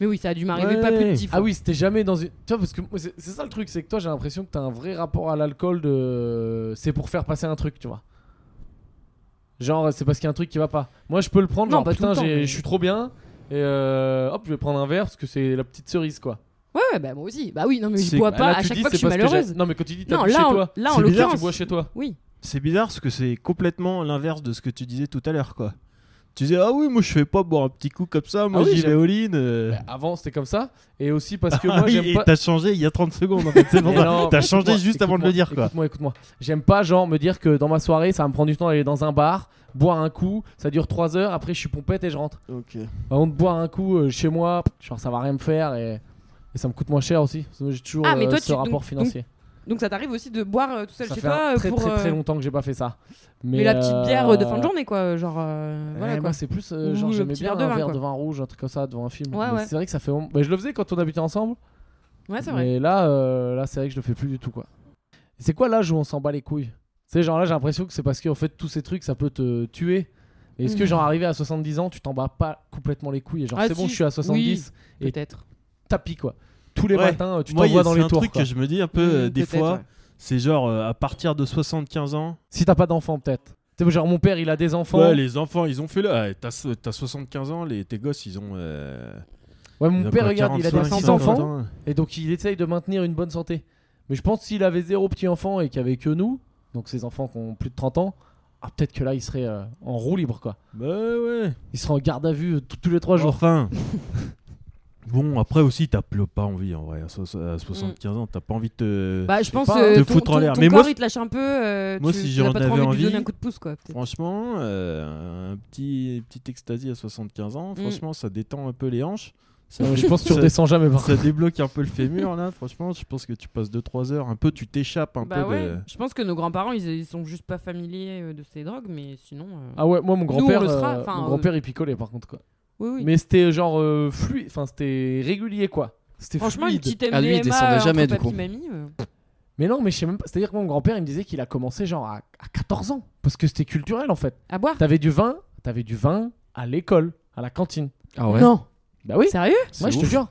B: Mais oui, ça a dû m'arriver pas plus de
C: Ouais.
B: 10 fois.
A: Ah oui, c'était jamais dans une. Tu vois, parce que moi, c'est c'est ça le truc, c'est que toi, j'ai l'impression que t'as un vrai rapport à l'alcool de. C'est pour faire passer un truc, tu vois. Genre, c'est parce qu'il y a un truc qui va pas. Moi, je peux le prendre,
B: Non,
A: genre,
B: pas tout
A: putain,
B: le temps,
A: j'ai-
B: mais-
A: je suis trop bien. Et euh, hop, je vais prendre un verre parce que c'est la petite cerise, quoi.
B: Ouais, ouais, bah moi aussi. Bah oui, non, mais je
C: C'est-
B: bois
A: Bah,
B: pas
A: là,
B: à
A: tu
B: chaque
A: dis,
B: fois que je
A: c'est
B: suis
A: parce j'ai-
B: malheureuse.
A: Non, mais quand tu dis, t'as
B: Non,
A: bu
B: là,
A: chez
B: en-
A: toi.
B: là, en
A: c'est bizarre, tu
B: l'occurrence-
A: bois chez toi.
B: Oui.
C: C'est bizarre parce que c'est complètement l'inverse de ce que tu disais tout à l'heure, quoi. Tu disais, ah oui, moi je fais pas boire un petit coup comme ça, moi
A: Ah oui,
C: j'y
A: j'ai-
C: vais all in. euh.
A: Bah, avant, c'était comme ça. Et aussi parce que
C: Ah
A: moi,
C: oui,
A: j'aime
C: et
A: pas.
C: t'as changé il y a 30 secondes en fait, c'est pour
A: Mais
C: ça.
A: non,
C: T'as
A: écoute-moi,
C: changé juste avant de le
A: écoute-moi,
C: dire quoi.
A: Écoute-moi, écoute-moi. J'aime pas, genre, me dire que dans ma soirée, ça va me prendre du temps d'aller dans un bar, boire un coup, ça dure 3 heures, après je suis pompette et je rentre.
C: euh,
A: Avant de boire un coup euh, chez moi, genre, ça va rien me faire et, et ça me coûte moins cher aussi. Parce que J'ai toujours
B: Ah, mais
A: euh,
B: toi,
A: ce
B: tu- donc-
A: rapport
B: donc,
A: financier.
B: Donc ça t'arrive aussi de boire euh, tout seul
A: ça
B: chez
A: fait
B: toi
A: un
B: euh,
A: très
B: pour.
A: très très
B: euh,
A: longtemps que j'ai pas fait ça. Mais,
B: Mais, la petite
A: euh,
B: bière euh, de fin de journée, quoi. euh, Genre, euh,
A: Ouais,
B: voilà, quoi.
A: moi c'est plus euh,
B: Ou
A: genre
B: le
A: j'aimais
B: petit
A: bien
B: verre de
A: un
B: vin,
A: verre
B: quoi.
A: de vin rouge, un truc comme ça devant un film.
B: Ouais,
A: Mais
B: ouais.
A: C'est vrai que ça fait. bah, je le faisais quand on habitait ensemble,
B: Ouais, Ah, c'est vrai.
A: mais là euh, là c'est vrai que je le fais plus du tout quoi. C'est quoi l'âge où on s'en bat les couilles Tu sais genre là j'ai l'impression que c'est parce que en fait tous ces trucs ça peut te tuer. Et Est-ce que
B: Mhm.
A: genre arrivé à 70 ans tu t'en bats pas complètement les couilles et genre
B: Ah,
A: c'est bon
B: si.
A: je suis à 70 et-
B: Peut-être.
A: tapis quoi. Tous les
C: Ouais.
A: matins euh, tu
C: Moi, il y
A: t'envoies
C: a-
A: dans
C: c'est
A: les
C: un
A: tours.
C: truc
A: quoi.
C: que je me dis un peu euh,
B: Mmh,
C: des
B: peut-être,
C: fois,
B: ouais.
C: c'est genre euh, à partir de 75 ans.
A: Si t'as pas d'enfant peut-être. Tu sais genre mon père il a des enfants.
C: Ouais,
A: Ouais,
C: les enfants, ils ont fait là. Ouais, T'as so- t'as 75 ans, les, tes gosses, ils ont. euh, ils
A: mon
C: ont
A: père
C: quoi,
A: regarde il a
C: 45,
A: des petits
C: 50
A: enfants.
C: ans. hein.
A: Et donc il essaye de maintenir une bonne santé. Mais je pense que s'il avait zéro petit enfant et qu'il y avait que nous, donc ses enfants qui ont plus de 30 ans, ah, peut-être que là il serait euh, en roue libre quoi.
C: Bah ouais.
A: Il serait en garde à vue euh, tout- tous les
B: Oh.
A: trois jours.
C: Enfin. bon, après aussi, t'as pl- pas envie en vrai. À, so- à 75 ans, t'as pas envie de te.
B: Bah, je pense
A: pas,
B: que
C: te
B: ton,
C: foutre en
B: ton-
C: l'air.
B: ton
C: Mais moi,
B: corps,
C: si-
B: il te lâche un peu. euh,
C: Moi,
B: tu,
C: si
B: tu
C: j'en
B: as pas trop
C: avais
B: envie de lui donner
C: envie-
B: un coup de pouce, quoi. peut-être.
C: Franchement, euh, un petit, petit extasie à 75 ans,
B: Mm.
C: franchement, ça détend un peu les hanches. Ça-
A: Euh, Je pense que tu
C: ça-
A: redescends jamais par
C: Ça débloque un peu le fémur là, franchement. Je pense que tu passes 2-3 heures, un peu, tu t'échappes un
B: Bah
C: peu
B: ouais,
C: de.
B: je pense que nos grands-parents, ils, ils sont juste pas familiers euh, de ces drogues, mais sinon. euh,
A: Ah ouais, moi mon
B: on le
A: grand-père,
B: sera,
A: euh,
B: enfin,
A: mon
B: euh,
A: grand-père il picolait par contre quoi.
B: Oui, oui.
A: Mais c'était genre euh, fluide, enfin c'était régulier quoi. C'était
B: Franchement,
A: fluide.
B: une petite MDMA
D: Ah, lui, il descendait
B: entre
D: jamais, du
B: papi
D: coup.
B: mamie. euh,
A: Mais non, mais je sais même pas. C'est-à-dire que mon grand-père il me disait qu'il a commencé genre à, à 14 ans parce que c'était culturel en fait.
B: À boire
A: T'avais du vin, t'avais du vin à l'école, à la cantine.
D: Ah ouais
A: Non. Bah oui.
B: Sérieux
A: Moi je te jure.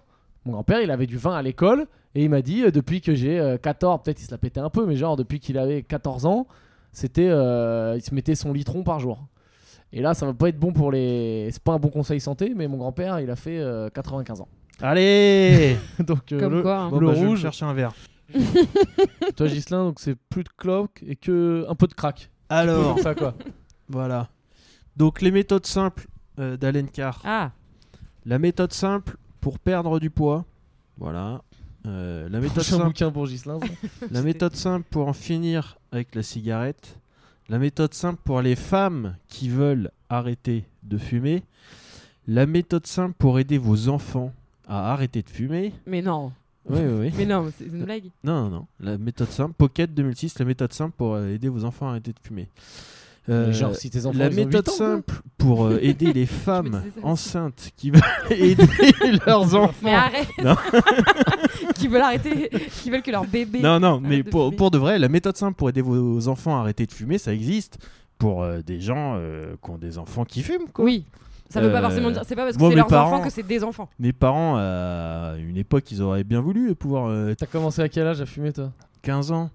A: Mon grand-père, il avait du vin à l'école et il m'a dit euh, depuis que j'ai euh, 14, peut-être il se la pétait un peu, mais genre depuis qu'il avait 14 ans, c'était euh, il se mettait son litron par jour. Et là, ça va pas être bon pour les. C'est pas un bon conseil santé, mais mon grand-père, il a fait euh, 95 ans.
C: Allez
A: Donc, euh,
B: Comme
A: le-
B: quoi. hein.
C: Bon,
A: Le
C: bah, je vais me
A: rouge.
C: chercher un verre.
A: toi, Gislin, donc c'est plus de cloque et que un peu de crack.
C: Alors,
A: ça quoi.
C: voilà. Donc, les méthodes simples euh, d'Alain Carr.
B: Ah,
C: La méthode simple pour perdre du poids. Voilà. Euh, la, méthode
A: Prochain
C: simple,
A: bouquin pour Gislin. ça.
C: la méthode simple pour en finir avec la cigarette. La méthode simple pour les femmes qui veulent arrêter de fumer. La méthode simple pour aider vos enfants à arrêter de fumer.
B: mais non.
C: Oui, oui, oui.
B: Mais non, c'est une blague.
C: Non, non, non. La méthode simple, Pocket 2006, la méthode simple pour euh, aider vos enfants à arrêter de fumer. Euh,
A: Mais genre si tes enfants
C: la
A: ils ont
C: méthode
A: 8 ans,
C: simple pour euh, aider les femmes
B: disais ça aussi.
C: enceintes qui veulent aider leurs enfants.
B: Mais arrête
C: Non.
B: Qui veulent arrêter, qui veulent que leur bébé.
C: Non, non, mais
B: de
C: pour,
B: fumer.
C: pour de vrai, la méthode simple pour aider vos enfants à arrêter de fumer, ça existe pour euh, des gens euh, qui ont des enfants qui fument. Quoi.
B: Oui. Ça veut pas
C: Euh,
B: forcément dire. C'est pas parce que
C: moi,
B: c'est
C: mes
B: leurs
C: parents-
B: enfants que c'est des enfants.
C: Mes parents, à une époque, ils auraient bien voulu pouvoir euh,
A: T'as commencé à quel âge à fumer toi
C: 15 ans.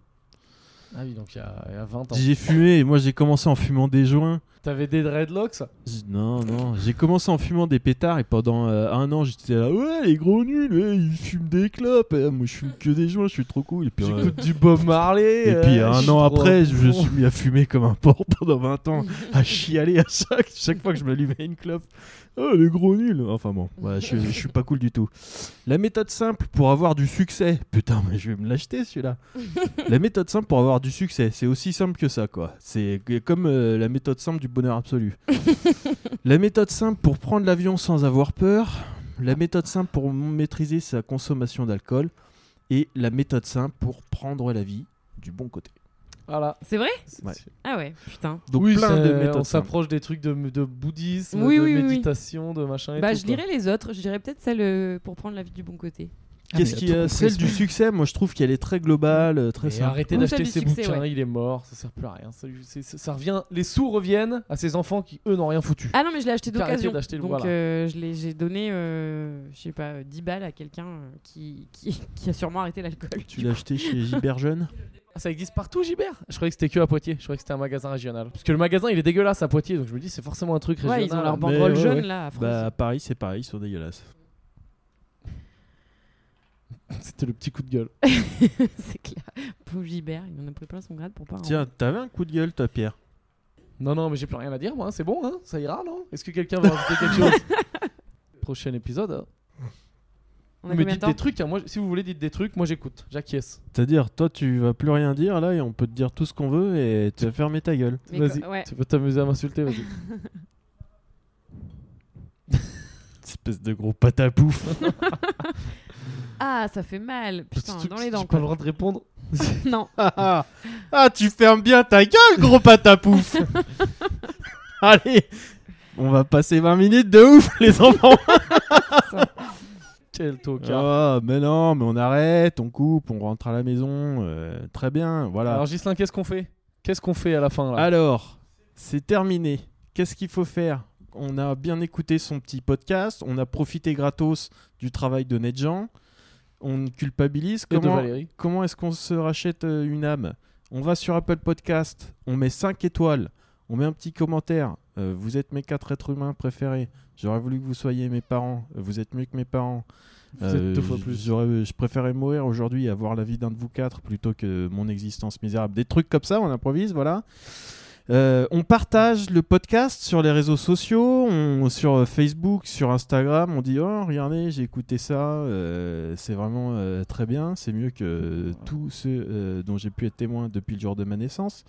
A: Ah oui, donc il y, a il y a 20 ans.
C: J'ai fumé, et moi j'ai commencé en fumant des joints.
A: T'avais des dreadlocks
C: J- Non, non, j'ai commencé en fumant des pétards et pendant euh, un an j'étais là, ouais, les gros nuls, ouais, ils fument des clopes, eh, moi je fume que des joints, je suis trop cool. Et puis, euh,
A: J'écoute du Bob Marley.
C: Et puis
A: euh, je
C: un
A: suis
C: an
A: trop
C: après, je me
A: con.
C: suis mis à fumer comme un porc pendant 20 ans, à chialer à chaque, chaque fois que je m'allumais une clope. Oh, le gros nul Enfin bon, voilà, je, je suis pas cool du tout. La méthode simple pour avoir du succès. Putain, mais je vais me l'acheter celui-là. la méthode simple pour avoir du succès, c'est aussi simple que ça, quoi. C'est comme euh, la méthode simple du bonheur absolu. la méthode simple pour prendre l'avion sans avoir peur. La méthode simple pour maîtriser sa consommation d'alcool. Et la méthode simple pour prendre la vie du bon côté.
A: Voilà.
B: C'est vrai
C: Ouais.
B: Ah ouais, putain.
C: Donc
A: oui,
C: plein
A: c'est-
C: de
A: on
C: méthodes simples.
A: s'approche des trucs de, de bouddhisme,
B: Oui,
A: de
B: oui, oui, oui.
A: méditation, de machin et
B: Bah,
A: tout,
B: je
A: quoi.
B: dirais les autres. Je dirais peut-être celle euh, pour prendre la vie du bon côté.
D: Ah,
C: Qu'est-ce qui euh, celle du succès Moi, je trouve qu'elle est très globale, euh, très
A: Et
C: simple.
A: arrêtez
B: Ou
A: d'acheter
B: celle du
A: ces
B: succès,
A: bouquins,
B: ouais.
A: il est mort, ça sert plus à rien. Ça, c'est- ça- ça revient, les sous reviennent à ces enfants qui eux n'ont rien foutu.
B: Ah non, mais je l'ai acheté
A: Arrêtez
B: d'occasion.
A: d'acheter le-
B: Donc
A: voilà.
B: euh, je l'ai- j'ai donné, euh, je sais pas, euh, 10 balles à quelqu'un euh, qui, qui, qui a sûrement arrêté l'alcool.
C: Tu l'as acheté chez Gilbert Jeune
A: Ah, ça existe partout, Gibert Je croyais que c'était que à Poitiers, je croyais que c'était un magasin régional. Parce que le magasin il est dégueulasse à Poitiers, donc je me dis c'est forcément un truc régional.
B: Ouais, ils ont leur
A: Mais
B: banderole
A: ouais,
B: jaune
A: ouais.
B: là à France.
C: Bah, à Paris, c'est pareil, ils sont dégueulasses.
A: C'était le petit coup de gueule.
B: c'est clair. Pauvre Gibert, il en a pris plein son grade pour pas. hein. en-
C: Tiens, t'avais un coup de gueule, toi, Pierre
A: Non, non, mais j'ai plus rien à dire, moi, hein, c'est bon, hein, ça ira, non Est-ce que quelqu'un va rajouter quelque chose Prochain épisode. hein.
B: On a
A: Mais
B: combien de
A: dites
B: temps
A: des trucs, hein, moi, si vous voulez, dites des trucs, moi j'écoute, j'acquiesce.
C: C'est-à-dire, toi, tu vas plus rien dire là, et on peut te dire tout ce qu'on veut, et tu vas fermer ta gueule.
B: Mais
A: Vas-y,
B: quoi- ouais.
A: tu peux t'amuser à m'insulter, vas-y.
C: Espèce de gros patapouf.
B: Ah, ça fait mal. Putain,
A: Tu-
B: dans
A: tu-
B: les dents.
A: J'ai pas
B: Quoi.
A: le droit de répondre.
B: non.
C: ah, ah, tu fermes bien ta gueule, gros patapouf Allez, on va passer 20 minutes de ouf, les enfants
A: Quel tocard.
C: Ah, mais non, mais on arrête, on coupe, on rentre à la maison. euh, très bien, voilà.
A: Alors,
C: Alors,
A: Gislin, qu'est-ce qu'on fait Qu'est-ce qu'on fait à la fin là
C: Ah, c'est terminé. Qu'est-ce qu'il faut faire On a bien écouté son petit podcast, on a profité gratos du travail de Nedjan. On culpabilise.
A: Et de
C: Comment,
A: Valérie.
C: comment est-ce qu'on se rachète euh, une âme On va sur Apple Podcast, on met 5 étoiles, on met un petit commentaire. Euh, vous êtes mes 4 êtres humains préférés. J'aurais voulu que vous soyez mes parents. Vous êtes mieux que mes parents.
A: Vous êtes deux fois
C: j-
A: plus.
C: j'aurais- Euh, Je préférais mourir aujourd'hui et avoir la vie d'un de vous quatre plutôt que mon existence misérable. Des trucs comme ça, on improvise, voilà. Euh, on partage le podcast sur les réseaux sociaux, on- sur euh, Facebook, sur Instagram. On dit Oh, regardez, j'ai écouté ça, euh, c'est vraiment euh, très bien, c'est mieux que tout ce euh, dont j'ai pu être témoin depuis le jour de ma naissance.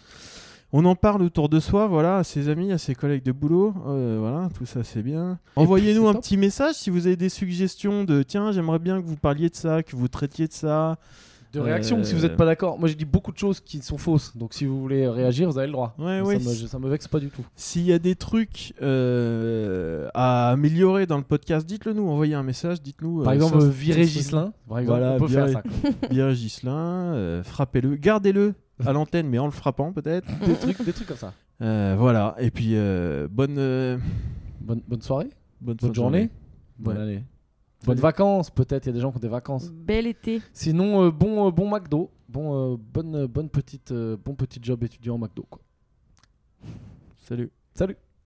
C: On en parle autour de soi, voilà, à ses amis, à ses collègues de boulot, euh, voilà, tout ça c'est bien.
A: puis,
C: Envoyez-nous
A: c'est
C: un
A: top.
C: petit message si vous avez des suggestions de tiens, j'aimerais bien que vous parliez de ça, que vous traitiez de ça.
A: De réaction,
C: Euh,
A: si vous n'êtes pas d'accord. Moi, j'ai dit beaucoup de choses qui sont fausses. Donc, si vous voulez réagir, vous avez le droit. Mais
C: Ouais, ouais,
A: ça, me, ça me vexe pas du tout.
C: S'il y a des trucs euh, à améliorer dans le podcast, dites-le nous, envoyez un message, dites-nous.
A: Par
C: euh,
A: exemple,
C: ça,
A: euh,
C: c'est-
A: virer
C: ça, c'est-
A: Ghislain. Par exemple,
C: Voilà,
A: on peut
C: virer-
A: faire ça. quoi.
C: Virer Ghislain, euh, frappez-le, gardez-le à l'antenne, mais en le frappant peut-être.
A: Des trucs, des trucs comme ça.
C: Euh, voilà, et puis euh, bonne, euh,
A: Bonne, bonne soirée,
C: bonne, fin
A: bonne
C: de
A: journée, bonne
C: Ouais.
A: année. Bonnes vacances, peut-être. Il y a des gens qui ont des vacances.
B: Bel été.
A: Sinon, euh, bon, euh, bon McDo. Bon, euh, bonne, bonne petite, euh, bon petit job étudiant au McDo. Quoi.
C: Salut.
A: Salut.